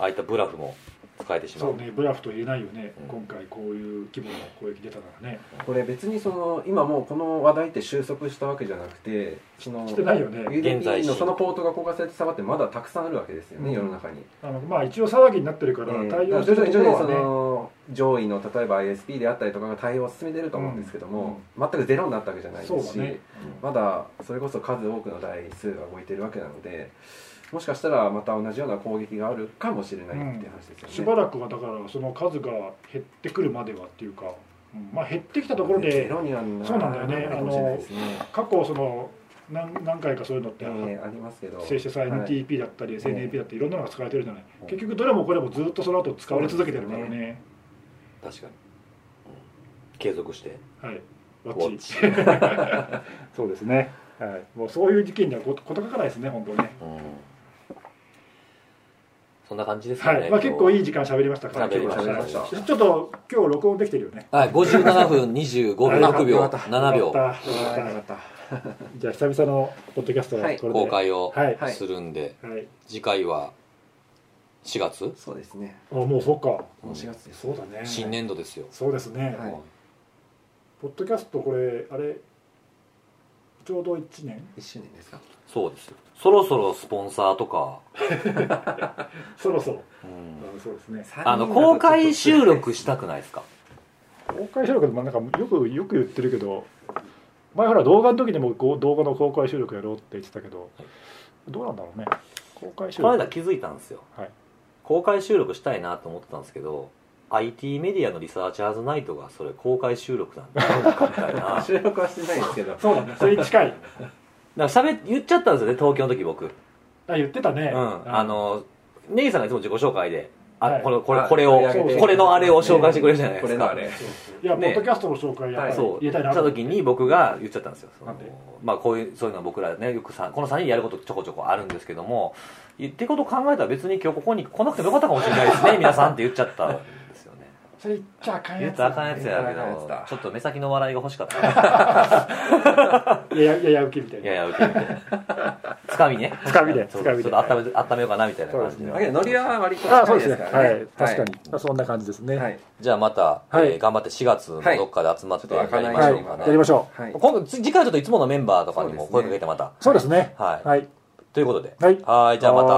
S2: ああいったブラフも使えてしま
S1: そうう。ねブラフと言えないよね、
S2: うん
S1: 今回こういう規模の攻撃出たからね
S3: これ別にその今もうこの話題って収束したわけじゃなくてその
S1: してないよね
S3: UDP のそのポートが公開されて下がってまだたくさんあるわけですよね、
S1: うん
S3: 世の中に、
S1: あのまあ一応騒ぎになってるから
S3: ええ
S1: 対応
S3: だ
S1: し
S3: か
S1: て
S3: ら徐
S1: るところ
S3: 々に徐々に
S1: は
S3: そ
S1: ね、
S3: の上位の例えば ISP であったりとかが対応を進めてると思うんですけども、全くゼロになったわけじゃない
S1: そ
S3: で
S1: う
S3: す
S1: だ
S3: し、
S1: ね、
S3: まだそれこそ数多くの台数が動いてるわけなのでもしかしたらまた同じような攻撃があるかもしれないっていう話ですよね、
S1: しばらくはだからその数が減ってくるまではっていうか、うんまあ減ってきたところ
S3: ゼ
S1: で
S3: ロにはな
S1: そうなんだよね
S3: らないかもしれないですね
S1: 過去その何何回かそういうのって、
S3: えーありますけど
S1: 発生してさ
S3: はい
S1: NTP だったり SNAP だったりいろんなのが使われてるじゃない、結局どれもこれもずっとその後使われ続けてるからね
S2: 確かに。うん継続して。
S1: はい
S2: ウ
S1: ワ
S2: ォ
S1: ッ
S2: ッ
S1: チ
S2: チ。
S1: そうですねはいもうそういう事件にはことこと書かないですね本当ね
S2: うんそんな感じですか
S1: は
S2: ね。
S1: い、まあ、結構い
S2: い。
S1: い時間喋りましたから
S2: 喋りま
S3: した
S1: はいちょっと今日録音できてるよね
S2: はい、57分25
S1: あ
S2: 分、
S1: よかった
S2: 6秒、
S1: よ
S2: 7
S1: よ
S2: 秒
S1: かったよか
S3: あ
S1: っ
S3: よか
S1: た
S3: った
S1: じゃあ久々のポッドキャストは
S3: はい
S1: これで、
S2: 公開を
S1: はい
S3: はい
S2: するんで、
S1: はい、
S2: 次回は4月
S3: そうですね
S1: あもうそうか
S3: もう4月です、
S1: そうだね
S2: 新年度ですよ。
S1: そうですね、
S3: はい
S1: ポッドキャストこれあれちょうど1年
S3: 1周年ですか
S2: そうですよ。そろそろスポンサーとか、
S1: そろそろ、
S2: うん
S1: あそうですね
S2: あの、公開収録したくないですか
S1: 公開収録でもなんかよくよく言ってるけど前ほら動画の時にもこう動画の公開収録やろうって言ってたけどどうなんだろうね公開収
S2: この
S1: 録
S2: 間気づいたんですよ。
S1: はい
S2: 公開収録したいなと思ってたんですけど、IT メディアのリサーチャーズナイトがそれ公開収録なんだろうかみたい な。なんか
S3: 収録はしてないですけど
S1: そうだねそれに近い
S2: 喋っ言っちゃったんですよね、東京の時僕。
S1: あ言ってたね、
S2: うん、あのネギさんがいつも自己紹介で、あ、
S1: はい
S2: これこれ
S3: はい
S2: これを
S3: 取り上げて
S2: これのあれを紹介してくれるじゃないで
S3: こ
S2: す
S3: れ
S2: か。
S3: のあれ
S1: いや、
S2: ね
S1: ポッドキャストの紹介やっぱり
S2: そう
S1: 入れたいな
S2: した時に僕が言っちゃったんですよ。その
S1: なんで
S2: まあこういうそういうのは僕らねよくさこの3人やることちょこちょこあるんですけども、言ってことを考えたら別に今日ここに来なくてもよかったかもしれないですね皆さんって言っちゃったんですよね。
S1: それ言っちゃあかん
S2: 言
S1: や
S2: っ
S1: つ
S2: たらあかんやつやけ
S3: 言っ
S2: ど
S3: たらあかんやつだ
S2: ちょっと目先の笑いが欲しかった。
S1: いやいやいや浮きみたい
S2: い
S1: な
S2: やいや受けみたいな。つかみね。
S1: つかみで
S2: そう
S1: つかみで
S2: ちょっと温め温めようかなみたいな感じ
S1: そうです
S2: で
S1: ね
S3: だけどノリは割と近
S1: あそうですね
S3: から
S1: はい、確かに
S3: は、
S1: あそんな感じですね
S3: い、
S1: は、
S3: はいい
S2: じゃあまた、
S1: はい
S2: えー頑張って4月のどっかで集まって
S3: はい
S2: や
S3: ちょっと
S2: りま
S3: 開か
S2: しょ
S3: な
S2: う
S3: いよう
S2: かな。
S3: に
S1: やりましょ
S3: はい
S2: 今度次回はちょっといつものメンバーとかに
S3: そうで
S2: も
S3: すね
S2: 声かけてまた、
S1: うそうですね
S2: はい
S1: はい
S2: ということで
S1: はい
S2: はいじゃあまた